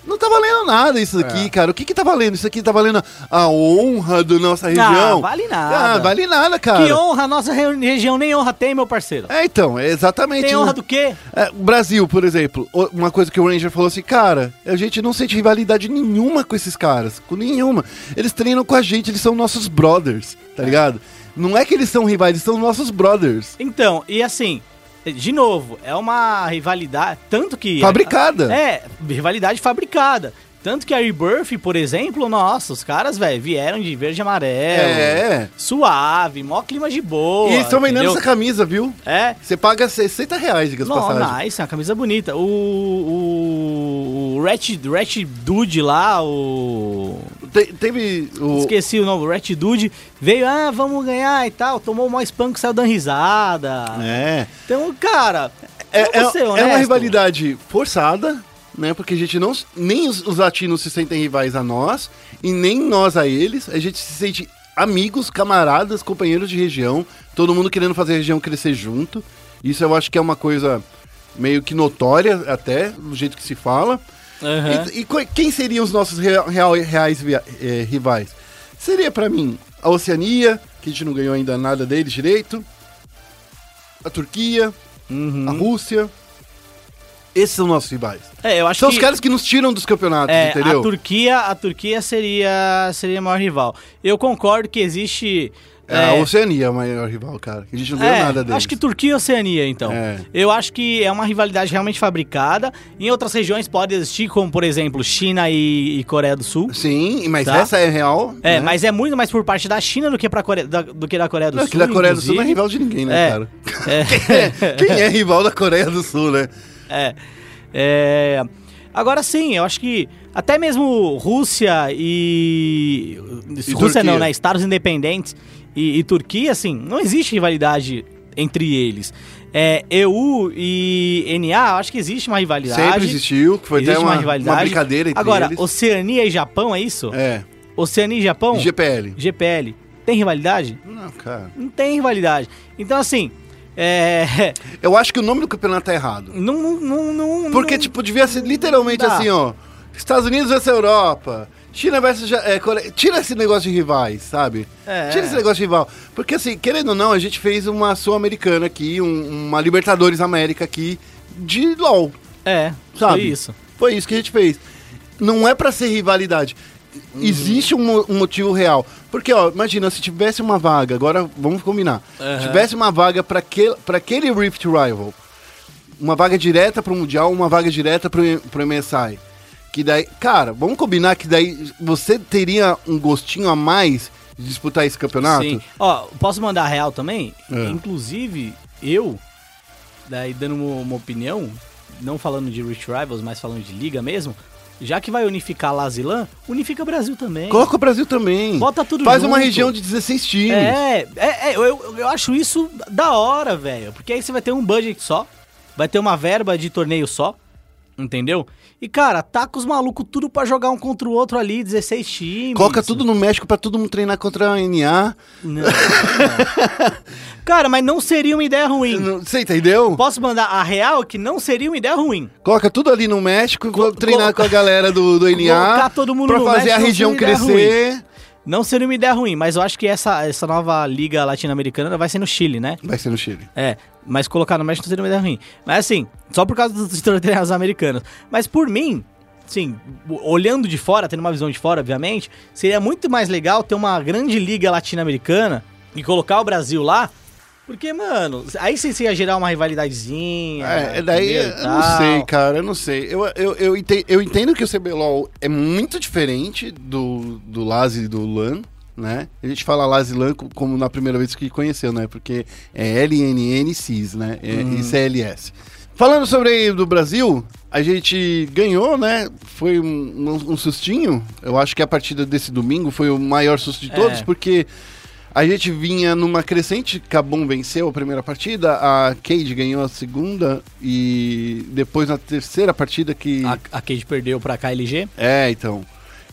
A: não tá valendo nada
B: É.
A: isso aqui, cara. O que que tá valendo? Isso aqui tá valendo a honra da nossa região.
B: Ah, vale nada.
A: Ah, vale nada, cara.
B: Que honra a nossa re- região, nem honra tem, meu parceiro.
A: É, então, é exatamente.
B: Tem
A: né?
B: honra do quê?
A: É, o Brasil, por exemplo, o- uma coisa que o Ranger falou assim, cara, a gente não sente rivalidade nenhuma com esses caras, com nenhuma. Eles treinam com a gente, eles são nossos brothers, tá ligado? Não é que eles são rivais, eles são nossos brothers.
B: Então, e assim, de novo, é uma rivalidade, tanto que...
A: Fabricada.
B: É, rivalidade fabricada. Tanto que a Rebirth, por exemplo, nossa, os caras, velho, vieram de verde e amarelo.
A: É.
B: Suave, mó clima de boa.
A: e eles estão vendendo
B: entendeu?
A: essa camisa, viu?
B: É.
A: Você paga 60 reais, diga-se de passagem.
B: Não, nice, é uma camisa bonita. O. O. O Ratchet, Ratchet Dude lá, o.
A: Te- teve o...
B: Esqueci o nome, o Ratchet Dude. Veio, ah, vamos ganhar e tal. Tomou o maior espanco, saiu dando risada.
A: É.
B: Então, cara.
A: É, é,
B: vamos ser
A: é uma
B: honesto.
A: rivalidade forçada, né? Porque a gente não. Nem os, os latinos se sentem rivais a nós, e nem nós a eles. A gente se sente amigos, camaradas, companheiros de região, todo mundo querendo fazer a região crescer junto. Isso eu acho que é uma coisa meio que notória, até, do jeito que se fala.
B: Aham.
A: E, e co- quem seriam os nossos rea- real- reais via- eh, rivais? Seria pra mim a Oceania, que a gente não ganhou ainda nada deles direito, a Turquia, a Rússia, Esses são nossos rivais.
B: É, eu acho
A: São
B: que...
A: os caras que nos tiram dos campeonatos,
B: É,
A: entendeu?
B: a Turquia, a Turquia seria seria a maior rival. Eu concordo que existe
A: É, a
B: é,
A: Oceania é o maior rival, cara. A gente não ganhou
B: é,
A: nada deles.
B: Acho que Turquia e Oceania, então.
A: É.
B: Eu acho que é uma rivalidade realmente fabricada. Em outras regiões pode existir, como por exemplo China e, e Coreia do Sul.
A: Sim, mas
B: Tá.
A: essa é real.
B: É,
A: né?
B: mas é muito mais por parte da China do que, pra Coreia, da, do que da Coreia do
A: Não,
B: Sul.
A: que da Coreia do Sul não é
B: inclusive.
A: rival de ninguém, né,
B: É.
A: cara?
B: É.
A: Quem é rival da Coreia do Sul, né?
B: É. É, Agora sim, eu acho que até mesmo Rússia e. Rússia
A: Turquia.
B: não, né? Estados independentes e, e Turquia, assim, não existe rivalidade entre eles. É, EU e NA, eu acho que existe uma rivalidade.
A: Sempre existiu, que foi
B: existe
A: até uma, uma, brincadeira entre
B: Agora,
A: eles.
B: Oceania e Japão, é isso?
A: É,
B: Oceania e Japão?
A: GPL.
B: GPL. Tem rivalidade?
A: Não, cara.
B: Não tem rivalidade. Então, assim. É,
A: Eu acho que o nome do campeonato tá errado.
B: não, não, não, não-
A: Porque,
B: não-
A: tipo, devia ser literalmente
B: dá.
A: assim, ó. Estados Unidos versus Europa. China versus Ja- é, Coreia. Tira esse negócio de rivais, sabe?
B: É.
A: Tira esse negócio de rival. Porque, assim, querendo ou não, a gente fez uma Sul-Americana aqui, um- uma Libertadores América aqui, de LOL,
B: É,
A: sabe?
B: foi isso.
A: Foi isso que a gente fez. Não é pra ser rivalidade.
B: Uhum.
A: Existe um, mo- um motivo real. Porque, ó, imagina, se tivesse uma vaga, agora vamos combinar. Se tivesse uma vaga pra que, pra aquele Rift Rival, uma vaga direta pro Mundial, uma vaga direta pro, pro MSI. Que daí, cara, vamos combinar que daí você teria um gostinho a mais de disputar esse campeonato?
B: Sim. Ó, posso mandar real também?
A: É.
B: Inclusive, eu, daí dando uma, uma opinião, não falando de Rich Rivals, mas falando de liga mesmo, já que vai unificar Lazilã, unifica Brasil também.
A: Coloca o Brasil também.
B: Bota tudo
A: Faz uma
B: junto.
A: região de 16 times.
B: É, é, é, eu- eu, eu acho isso da hora, velho. Porque aí você vai ter um budget só, vai ter uma verba de torneio só, entendeu? E, cara, taca os malucos tudo pra jogar um contra o outro ali, 16 times.
A: Coloca tudo no México pra todo mundo treinar contra a NA.
B: Não, não. cara, mas não seria uma ideia ruim.
A: Não- Você entendeu?
B: Posso mandar a real que não seria uma ideia ruim.
A: Coloca tudo ali no México,
B: Colo-
A: treinar
B: colo-
A: com a galera do, do NA.
B: Colocar todo mundo
A: pra
B: no
A: fazer
B: México
A: a
B: não
A: região
B: seria ideia
A: crescer.
B: Não seria uma ideia ruim, mas eu acho que essa, essa nova liga latino-americana vai ser no Chile, né?
A: Vai ser no Chile.
B: É, mas colocar no México não seria uma ideia ruim. Mas assim, só por causa dos torneios americanos. Mas por mim, sim, olhando de fora, tendo uma visão de fora, obviamente, seria muito mais legal ter uma grande liga latino-americana e colocar o Brasil lá. Porque, mano, aí sim você ia gerar uma rivalidadezinha.
A: É, daí
B: entendeu?
A: eu não
B: Tal.
A: sei, cara, eu não sei. Eu, eu, eu, entendo, eu entendo que o CBLOL é muito diferente do, do Laz e do LAN, né? A gente fala Laz e LAN co- como na primeira vez que conheceu, né? Porque é LNN CIS, né? É,
B: Hum.
A: E CLS. Falando sobre aí do Brasil, a gente ganhou, né? Foi um, um sustinho. Eu acho que a partida desse domingo foi o maior susto de todos,
B: É.
A: porque a gente vinha numa crescente, Cabum venceu a primeira partida, a Cade ganhou a segunda e depois na terceira partida que...
B: A, a Cade perdeu pra KLG
A: É, então,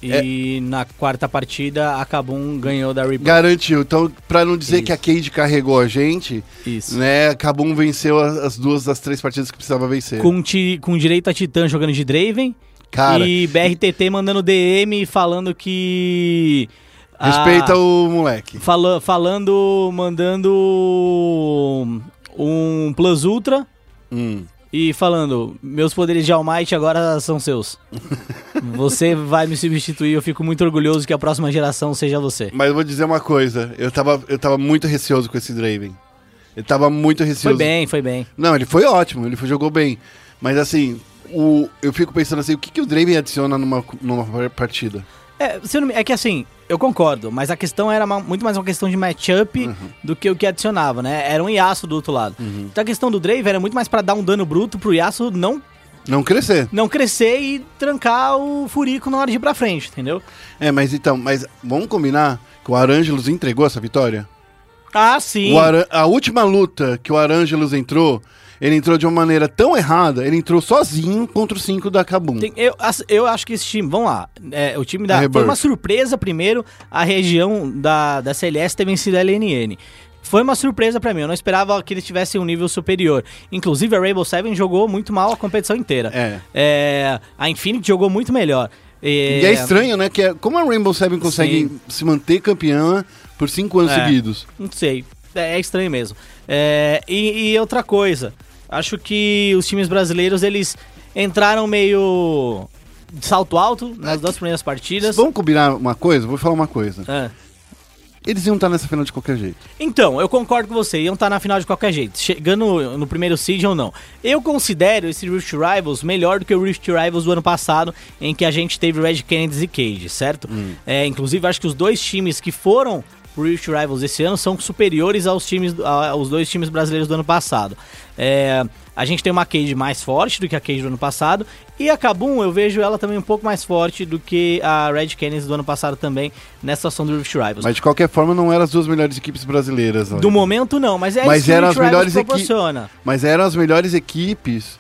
A: É.
B: e na quarta partida a Kabum ganhou da Rebound.
A: garantiu. Então, pra não dizer
B: Isso.
A: que a Cade carregou a gente,
B: Isso.
A: né, a Cabum venceu as, as duas das três partidas que precisava vencer.
B: Com, ti- com direito a Titã jogando de Draven
A: Cara,
B: e BRTT mandando DM falando que... a-
A: respeita o moleque.
B: fala- falando, mandando um Plus Ultra
A: Hum.
B: e falando, meus poderes de Almighty agora são seus. você vai me substituir, eu fico muito orgulhoso que a próxima geração seja você.
A: Mas eu vou dizer uma coisa, eu tava, eu tava muito receoso com esse Draven. Eu tava muito
B: Foi
A: receoso.
B: bem, foi bem.
A: Não, ele foi ótimo, ele foi- jogou bem. Mas assim, o, eu fico pensando assim, o que, que o Draven adiciona numa, numa par- partida?
B: É, se eu não me- é que assim, eu concordo, mas a questão era ma- muito mais uma questão de matchup do que o que adicionava, né? Era um Yasuo do outro lado. Então a questão do Drave era muito mais pra dar um dano bruto pro Yasuo não,
A: Não crescer.
B: não crescer e trancar o Furico na hora de ir pra frente, entendeu?
A: É, mas então, mas vamos combinar que o Arângelos entregou essa vitória?
B: Ah, sim.
A: O Ara- a última luta que o Arângelos entrou, ele entrou de uma maneira tão errada, ele entrou sozinho contra os cinco da Kabum.
B: Tem- eu, as- eu acho que esse time, vamos lá, é, o time
A: A
B: da. Foi
A: Rebirth.
B: uma surpresa, primeiro, a região da, da CLS ter vencido a LNN. Foi uma surpresa pra mim, eu não esperava que eles tivessem um nível superior. Inclusive, a Rainbow Seven jogou muito mal a competição inteira.
A: É.
B: É, a Infinity jogou muito melhor. É,
A: E é estranho, né? Que é- como a Rainbow Seven consegue
B: Sim.
A: se manter campeã por cinco anos
B: É.
A: seguidos?
B: Não sei. É, é estranho mesmo. É, e, e outra coisa. Acho que os times brasileiros, eles entraram meio de salto alto
A: É
B: nas duas primeiras partidas.
A: Vamos combinar uma coisa? Vou falar uma coisa.
B: É.
A: Eles iam estar nessa final de qualquer jeito.
B: Então, eu concordo com você, iam estar na final de qualquer jeito, chegando no primeiro seed ou não. Eu considero esse Rift Rivals melhor do que o Rift Rivals do ano passado, em que a gente teve Red Kennedy e Cage, certo? É, inclusive, acho que os dois times que foram pro Rift Rivals esse ano são superiores aos, times, a- aos dois times brasileiros do ano passado. É, a gente tem uma Cage mais forte do que a Cage do ano passado, e a Kabum eu vejo ela também um pouco mais forte do que a Red Kennedy do ano passado também, nessa situação do Rift Rivals.
A: Mas de qualquer forma, não eram as duas melhores equipes brasileiras. né?
B: Do momento não, mas é
A: Mas
B: isso que
A: eram
B: o
A: as
B: Rivals
A: melhores equi-
B: proporciona.
A: Mas eram as melhores equipes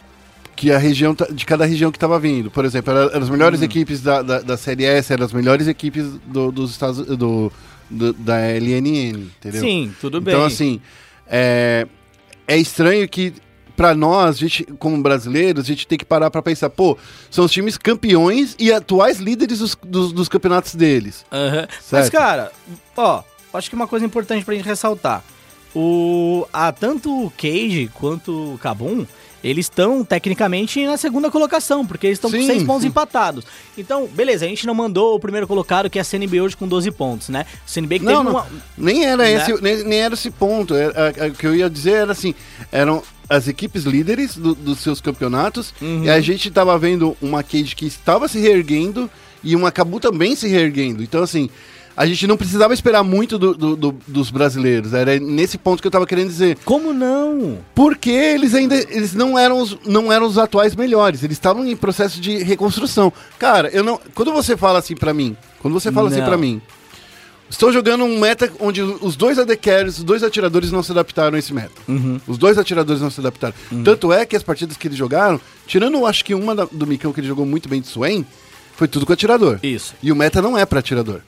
A: que a região ta- de cada região que estava vindo. Por exemplo, era- eram as
B: Hum.
A: melhores equipes da, da, da Série S, eram as melhores equipes do- dos Estados do, do- da LNN, entendeu?
B: Sim, tudo bem.
A: Então, assim, é, é estranho que, pra nós, a gente, como brasileiros, a gente tem que parar pra pensar, pô, são os times campeões e atuais líderes dos, dos, dos campeonatos deles.
B: Aham. Mas,
A: Certo.
B: cara, ó, acho que uma coisa importante pra gente ressaltar. O, a, tanto o Cage quanto o Kabum, eles estão tecnicamente na segunda colocação, porque eles estão com
A: Sim,
B: seis pontos
A: sim.
B: empatados. Então, beleza, a gente não mandou o primeiro colocado, que é a CNB hoje com 12 pontos, né? O CNB que
A: Não,
B: teve
A: não.
B: uma.
A: Nem era
B: Né?
A: esse, nem, nem era esse ponto. Era- a- a- o que eu ia dizer era assim, eram as equipes líderes do- dos seus campeonatos e a gente tava vendo uma Cage que estava se reerguendo e uma Cabu também se reerguendo. Então assim, a gente não precisava esperar muito do- do- do- dos brasileiros. Era nesse ponto que eu tava querendo dizer.
B: Como não?
A: Porque eles ainda eles não eram os, não eram os atuais melhores, eles estavam em processo de reconstrução. Cara, eu não, quando você fala assim pra mim, quando você fala assim
B: Não.
A: pra mim, estou jogando um meta onde os dois AD carries, os dois atiradores não se adaptaram a esse meta.
B: Uhum.
A: Os dois atiradores não se adaptaram. Tanto é que as partidas que eles jogaram, tirando acho que uma da- do Micão que ele jogou muito bem de Swain, foi tudo com atirador.
B: Isso.
A: E o meta não é pra atirador.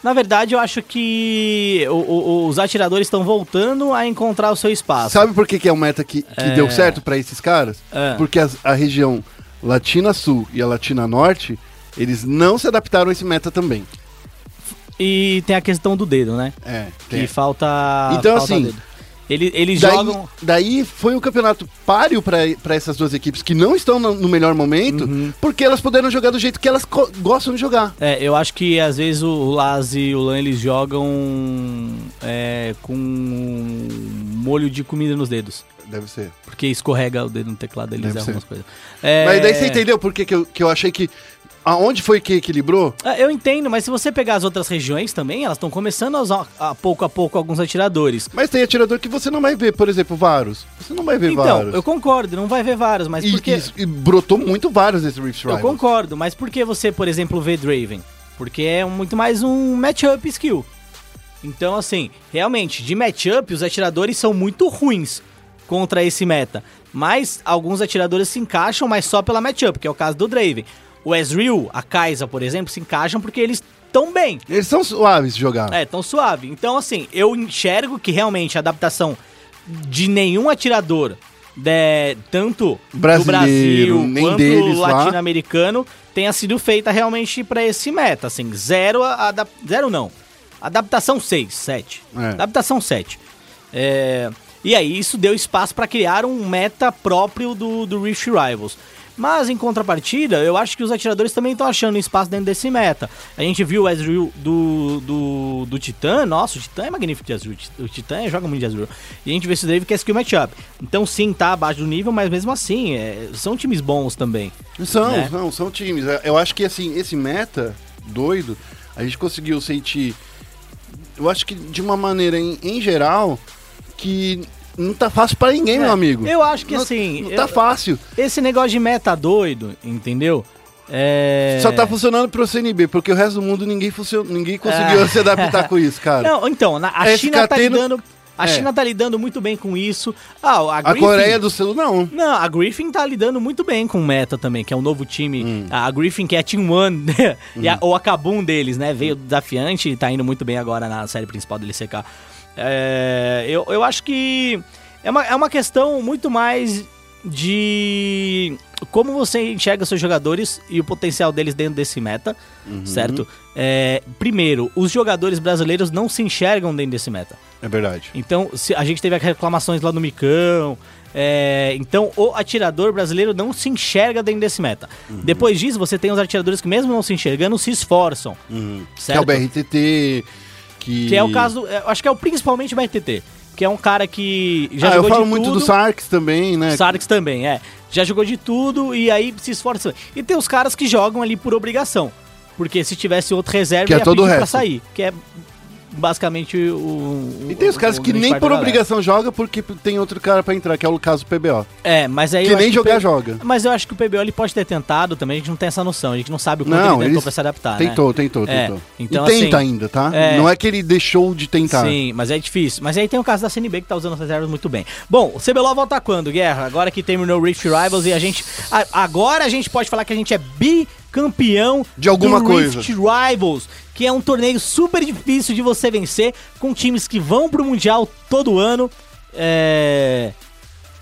B: Na verdade, eu acho que o- o- os atiradores estão voltando a encontrar o seu espaço.
A: Sabe por que, que é um meta que, que deu certo pra esses caras?
B: É.
A: Porque as- a região Latina Sul e a Latina Norte, eles não se adaptaram a esse meta também.
B: E tem a questão do dedo, né?
A: É,
B: Que falta.
A: Então,
B: falta
A: assim,
B: dedo. Ele- eles
A: Daí,
B: jogam.
A: daí foi um campeonato páreo pra pra essas duas equipes que não estão no, no melhor momento,
B: Uhum.
A: porque elas puderam jogar do jeito que elas co- gostam de jogar.
B: É, eu acho que às vezes o Laz e o Lan eles jogam é, com molho de comida nos dedos.
A: Deve ser.
B: Porque escorrega o dedo no teclado, eles
A: Deve
B: erram
A: ser.
B: umas coisas. É,
A: Mas daí você entendeu por que, que, eu, que eu achei que. Aonde foi que equilibrou?
B: É, Eu entendo, mas se você pegar as outras regiões também, elas estão começando a usar a, pouco a pouco alguns atiradores.
A: Mas tem atirador que você não vai ver, por exemplo, Varus. Você não vai ver
B: Então,
A: Varus.
B: eu concordo, não vai ver vários, mas
A: E,
B: porque.
A: e- e brotou muito Varus nesse Rift
B: Eu
A: Rivals.
B: concordo, mas por que você, por exemplo, vê Draven? Porque é muito mais um matchup skill. Então, assim, realmente, de matchup, os atiradores são muito ruins contra esse meta. Mas alguns atiradores se encaixam, mas só pela matchup, que é o caso do Draven. O Ezreal, a Kaisa, por exemplo, se encaixam porque eles estão bem.
A: Eles são suaves de jogar.
B: É, tão suave. Então, assim, eu enxergo que realmente a adaptação de nenhum atirador, de, tanto do
A: Brasileiro,
B: Brasil
A: nem
B: quanto
A: deles lá.
B: latino-americano, tenha sido feita realmente pra esse meta. Assim, zero, a- adap- zero não. Adaptação 6, 7.
A: É.
B: Adaptação 7. É, E aí, isso deu espaço pra criar um meta próprio do, do Rift Rivals. Mas, em contrapartida, eu acho que os atiradores também estão achando espaço dentro desse meta. A gente viu o Ezreal do, do, do Titã. Nossa, o Titã é magnífico de Ezreal. O Titã joga muito de Ezreal. E a gente vê esse Dave que é skill matchup. Então, sim, tá abaixo do nível, mas mesmo assim, é, são times bons também.
A: São,
B: né?
A: são, são times. Eu acho que assim, esse meta doido, a gente conseguiu sentir. Eu acho que de uma maneira em, em geral que não tá fácil pra ninguém, meu amigo.
B: É. Eu acho que,
A: Não-
B: assim,
A: Não
B: eu-
A: tá fácil.
B: Esse negócio de meta doido, entendeu? É...
A: Só tá funcionando pro CNB, porque o resto do mundo ninguém, funcion... ninguém conseguiu
B: Ah.
A: se adaptar com isso, cara.
B: Não, então, na- a
A: SKT
B: China tá
A: não-
B: lidando. A
A: É.
B: China tá lidando muito bem com isso. Ah, a,
A: a
B: Griffin-
A: Coreia do Sul, não.
B: Não, a Griffin tá lidando muito bem com o Meta também, que é um novo time. A Griffin, que é a Team One, né? E a- ou a Kabum deles, né? Veio desafiante e tá indo muito bem agora na série principal do LCK. É, eu, eu acho que é uma, é uma questão muito mais de como você enxerga seus jogadores e o potencial deles dentro desse meta, certo? É, primeiro, os jogadores brasileiros não se enxergam dentro desse meta.
A: É verdade.
B: Então, se- a gente teve aquelas reclamações lá no Micão, É, então o atirador brasileiro não se enxerga dentro desse meta.
A: Uhum.
B: Depois disso, você tem os atiradores que, mesmo não se enxergando, se esforçam.
A: Que é o
B: certo?
A: BRTT, que...
B: Que é o caso. é, Acho que é o principalmente o BRTT, que é um cara que já
A: ah, eu
B: jogou
A: falo
B: de
A: muito
B: tudo.
A: do Sarks também, né?
B: Sarx também, é. Já jogou de tudo e aí se esforça. E tem os caras que jogam ali por obrigação. Porque se tivesse outro reserva,
A: Que é
B: ia
A: todo o
B: pedir pra
A: resto.
B: sair. Que é basicamente o.
A: E tem os caras
B: o
A: que
B: grande
A: nem
B: parte
A: por
B: da galera.
A: obrigação joga porque tem outro cara pra entrar, que é o caso do PBO.
B: É, mas aí.
A: Que
B: eu acho
A: nem
B: o
A: jogar
B: P-
A: joga.
B: Mas eu acho que o PBO ele pode ter tentado também, a gente não tem essa noção, a gente não sabe o quanto
A: Não,
B: ele
A: ele
B: tentou pra se adaptar. né?
A: tentou, tentou,
B: É,
A: tentou.
B: então,
A: e tenta
B: assim,
A: ainda, tá?
B: é.
A: Não é que ele deixou de tentar.
B: Sim, mas é difícil. Mas aí tem o caso da CNB que tá usando as reservas muito bem. Bom, o CBLOL volta quando, Guerra? Agora que terminou o Rift Rivals e a gente. a- agora a gente pode falar que a gente é bicampeão
A: De alguma
B: do
A: coisa.
B: Rift Rivals, que é um torneio super difícil de você vencer, com times que vão pro Mundial todo ano. É.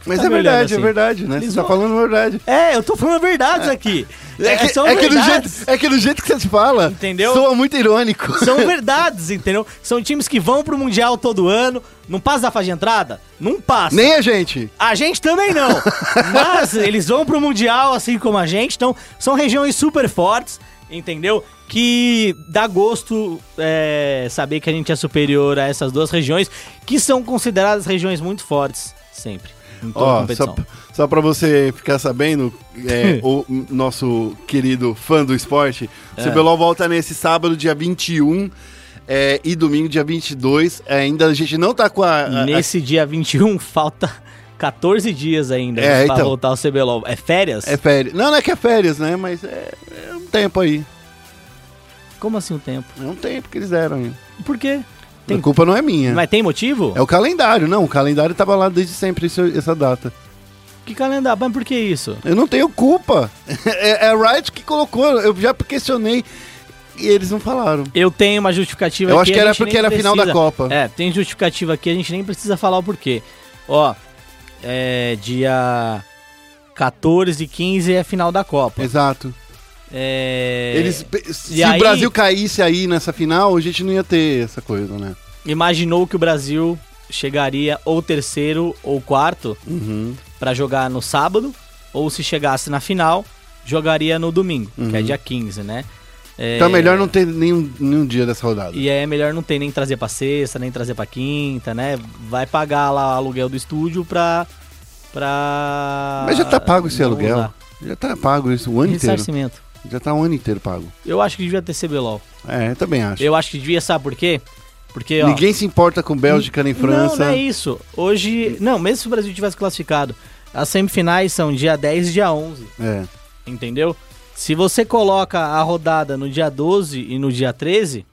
A: Mas
B: Tá
A: é
B: me olhando
A: verdade,
B: assim.
A: é verdade, né? Você
B: Lisboa-
A: tá falando a verdade.
B: É, eu tô falando verdades aqui.
A: É que,
B: são
A: é que do jeito,
B: verdades.
A: é que do jeito que você fala,
B: Entendeu?
A: soa muito irônico.
B: São verdades, entendeu? São times que vão pro Mundial todo ano. Não passa da fase de entrada? Não passa.
A: Nem a gente.
B: A gente também não. Mas eles vão pro Mundial assim como a gente. Então, são regiões super fortes, entendeu? Que dá gosto é, saber que a gente é superior a essas duas regiões, que são consideradas regiões muito fortes, sempre. Em toda
A: Ó, só,
B: competição.
A: só pra você ficar sabendo, é, o nosso querido fã do esporte,
B: É.
A: o CBLOL volta nesse sábado, dia 21, é, e domingo, dia 22. Ainda a gente não tá com a... a- a-
B: Nesse dia 21, falta 14 dias ainda
A: É,
B: pra
A: então.
B: voltar ao CBLOL. É férias?
A: é férias. Não, não é que é férias, né? Mas é, é um tempo aí.
B: Como assim o tempo?
A: É um tempo que eles deram. Hein?
B: Por quê? Tem-
A: A culpa não é minha.
B: Mas tem motivo?
A: É o calendário, não. O calendário tava lá desde sempre isso- essa data.
B: Que calendário? Mas por que isso?
A: Eu não tenho culpa. É, é a Riot que colocou. Eu já questionei e eles não falaram.
B: Eu tenho uma justificativa
A: Eu
B: aqui,
A: acho que
B: a
A: era
B: gente
A: porque
B: nem
A: era a final da
B: precisa-
A: Copa.
B: É, tem justificativa aqui, a gente nem precisa falar o porquê. Ó, é dia 14 e 15 é final da Copa.
A: Exato.
B: É,
A: Eles, se
B: E aí-
A: o Brasil caísse aí nessa final, a gente não ia ter essa coisa, né?
B: Imaginou que o Brasil chegaria ou terceiro ou quarto
A: Uhum.
B: pra jogar no sábado, ou se chegasse na final, jogaria no domingo, que é dia 15, né? É,
A: Uhum. Então é melhor não ter nenhum, nenhum dia dessa rodada.
B: E aí é melhor não ter nem trazer pra sexta, nem trazer pra quinta, né? Vai pagar lá o aluguel do estúdio pra. pra
A: Mas já tá pago esse
B: não
A: aluguel.
B: usar.
A: Já tá pago isso o ano inteiro.
B: Ressarcimento.
A: Já tá o ano inteiro pago.
B: Eu acho que devia ter CBLOL.
A: É, eu também acho.
B: Eu acho que devia, sabe por quê? Porque, ó.
A: Ninguém se importa com Bélgica nem
B: Não, não
A: França.
B: é isso. Hoje. Não, mesmo se o Brasil tivesse classificado, as semifinais são dia 10 e dia 11,
A: É.
B: entendeu? Se você coloca a rodada no dia 12 e no dia 13,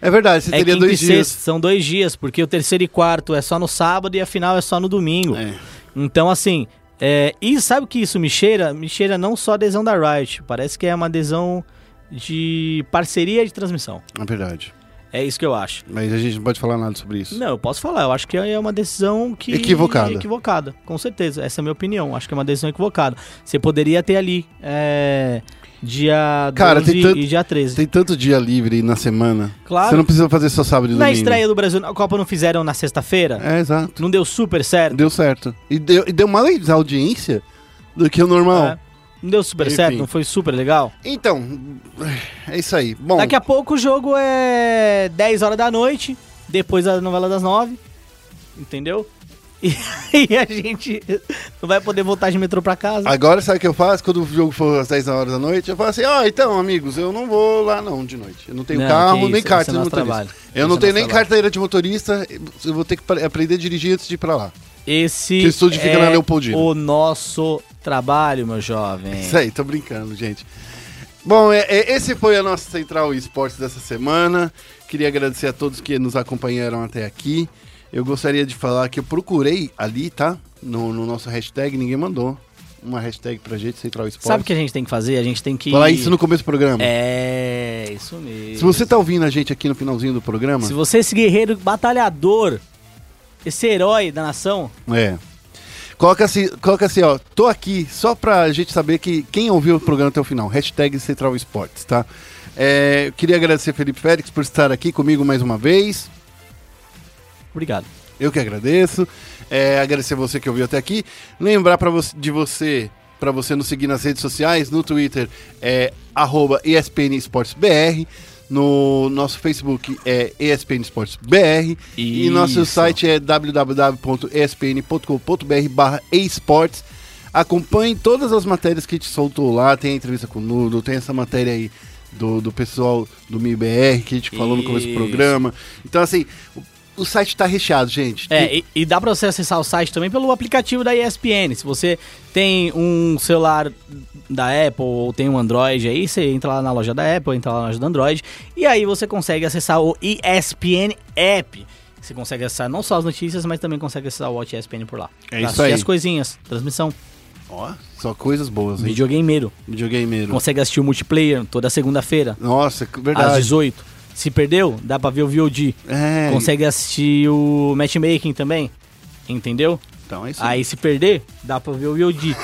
A: É verdade, você
B: é
A: teria
B: quinta
A: dois
B: e
A: dias.
B: sexta, são dois dias, porque o terceiro e quarto é só no sábado e a final é só no domingo.
A: É.
B: Então, assim, é, e sabe o que isso me cheira? Me cheira não só adesão da Riot, parece que é uma adesão de parceria de transmissão.
A: É verdade.
B: É isso que eu acho.
A: Mas a gente não pode falar nada sobre isso.
B: Não, eu posso falar, eu acho que é uma decisão que... é
A: Equivocada.
B: Equivocada, com certeza. Essa é a minha opinião, acho que é uma decisão equivocada. Você poderia ter ali é, dia
A: Cara,
B: 12
A: tem tanto-
B: e dia 13.
A: Tem tanto dia livre na semana.
B: Claro.
A: Você não precisa fazer só sábado e domingo.
B: Na estreia do Brasil na Copa não fizeram na sexta-feira?
A: É, exato.
B: Não deu super certo?
A: Deu certo. E deu, e deu mais audiência do que o normal.
B: É. Não deu super
A: Enfim.
B: certo, não foi super legal.
A: Então, é isso aí. Bom,
B: Daqui a pouco o jogo é 10 horas da noite, depois da novela das 9, entendeu? E, aí a gente não vai poder voltar de metrô pra casa.
A: agora sabe o que eu faço? Quando o jogo for às 10 horas da noite, eu falo assim, ó, então, amigos, eu não vou lá não de noite. Eu não tenho
B: Não, que
A: carro,
B: isso,
A: nem
B: esse
A: carta
B: é
A: de
B: nosso
A: motorista.
B: trabalho. Esse é
A: Eu não tenho
B: nosso
A: nem
B: trabalho.
A: carteira de motorista, eu vou ter que pra- aprender a dirigir antes de ir pra lá.
B: Esse
A: Que o estúdio fica
B: é
A: na Leopoldina.
B: o nosso trabalho, meu jovem.
A: Isso aí, tô brincando, gente. Bom, é, é, esse foi a nossa Central Esportes dessa semana. Queria agradecer a todos que nos acompanharam até aqui. Eu gostaria de falar que eu procurei ali, tá? No, no nosso hashtag, ninguém mandou uma hashtag pra gente, Central Esportes.
B: Sabe o que a gente tem que fazer? A gente tem que...
A: Falar isso no começo do programa.
B: É, isso mesmo.
A: Se você tá ouvindo a gente aqui no finalzinho do programa,
B: Se você é esse guerreiro batalhador, esse herói da nação,
A: é. Coloca assim, coloca assim, ó, tô aqui só pra gente saber que quem ouviu o programa até o final, hashtag Central Esportes, tá? É, eu queria agradecer Felipe Félix por estar aqui comigo mais uma vez.
B: obrigado.
A: Eu que agradeço. É, agradecer você que ouviu até aqui. Lembrar pra você, de você, para você nos seguir nas redes sociais, no Twitter é arroba ESPN Esportes BR, no nosso Facebook é ESPN Esportes BR e
F: Isso.
A: nosso site é www.espn.com.br barra esportes. Acompanhe todas as matérias que a gente soltou lá, tem a entrevista com o Nudo, tem essa matéria aí do, do pessoal do MIBR que a gente falou no começo do
F: Isso.
A: programa. Então, assim, o, o site tá recheado, gente. Tem-
B: É, e, e dá pra você acessar o site também pelo aplicativo da ESPN. Se você tem um celular da Apple ou tem um Android aí, você entra lá na loja da Apple, entra lá na loja do Android, e aí você consegue acessar o ESPN App. Você consegue acessar não só as notícias, mas também consegue acessar o Watch ESPN por lá.
A: É
B: Pra
A: isso
B: assistir
A: aí.
B: as coisinhas, transmissão,
A: Ó, só coisas boas, hein?
B: videogameiro.
A: Videogameiro.
B: Consegue assistir o multiplayer toda segunda-feira,
A: Nossa, que
B: às
A: verdade.
B: 18. Se perdeu, dá pra ver o VOD.
A: É,
B: Consegue assistir o matchmaking também, entendeu?
A: então é isso.
B: Aí se perder, dá pra ver o VOD.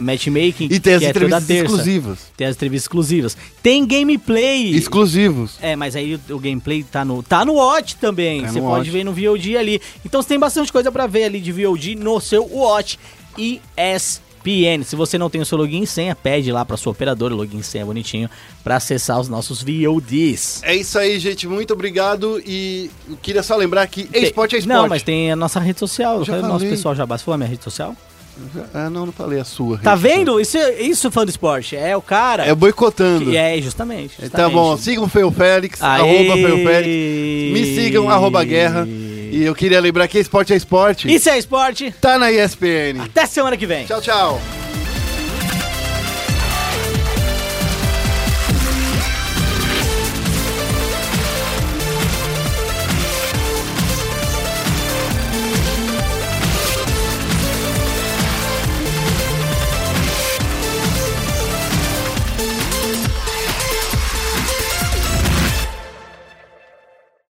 B: Matchmaking,
A: e tem as
B: que é toda
A: entrevistas
B: terça.
A: exclusivas.
B: Tem as entrevistas exclusivas. Tem gameplay.
A: Exclusivos.
B: é, mas aí o, o gameplay tá no, tá no Watch também.
A: Tá
B: você
A: no
B: pode
A: Watch.
B: ver no VOD ali. Então você tem bastante coisa pra ver ali de VOD no seu Watch ESPN. Se você não tem o seu login e senha, pede lá pra sua operadora, o login e senha é bonitinho, pra acessar os nossos VODs.
A: É isso aí, gente. Muito obrigado. E eu queria só lembrar que esporte é esporte.
B: Não, mas tem a nossa rede social.
A: Já
B: Qual é o nosso
A: falei.
B: pessoal já Você falou a minha rede social?
A: Ah, não, não falei a sua.
B: Tá
A: Rede.
B: vendo? Isso, isso fã do esporte. É o cara.
A: É boicotando.
B: Que é, justamente. justamente.
A: Tá bom, sigam o Feu Félix,
B: Aê!
A: arroba Feu Félix. Me sigam, arroba guerra. E eu queria lembrar que esporte é esporte.
B: Isso é esporte.
A: Tá na ESPN.
B: Até semana que vem.
A: Tchau, tchau.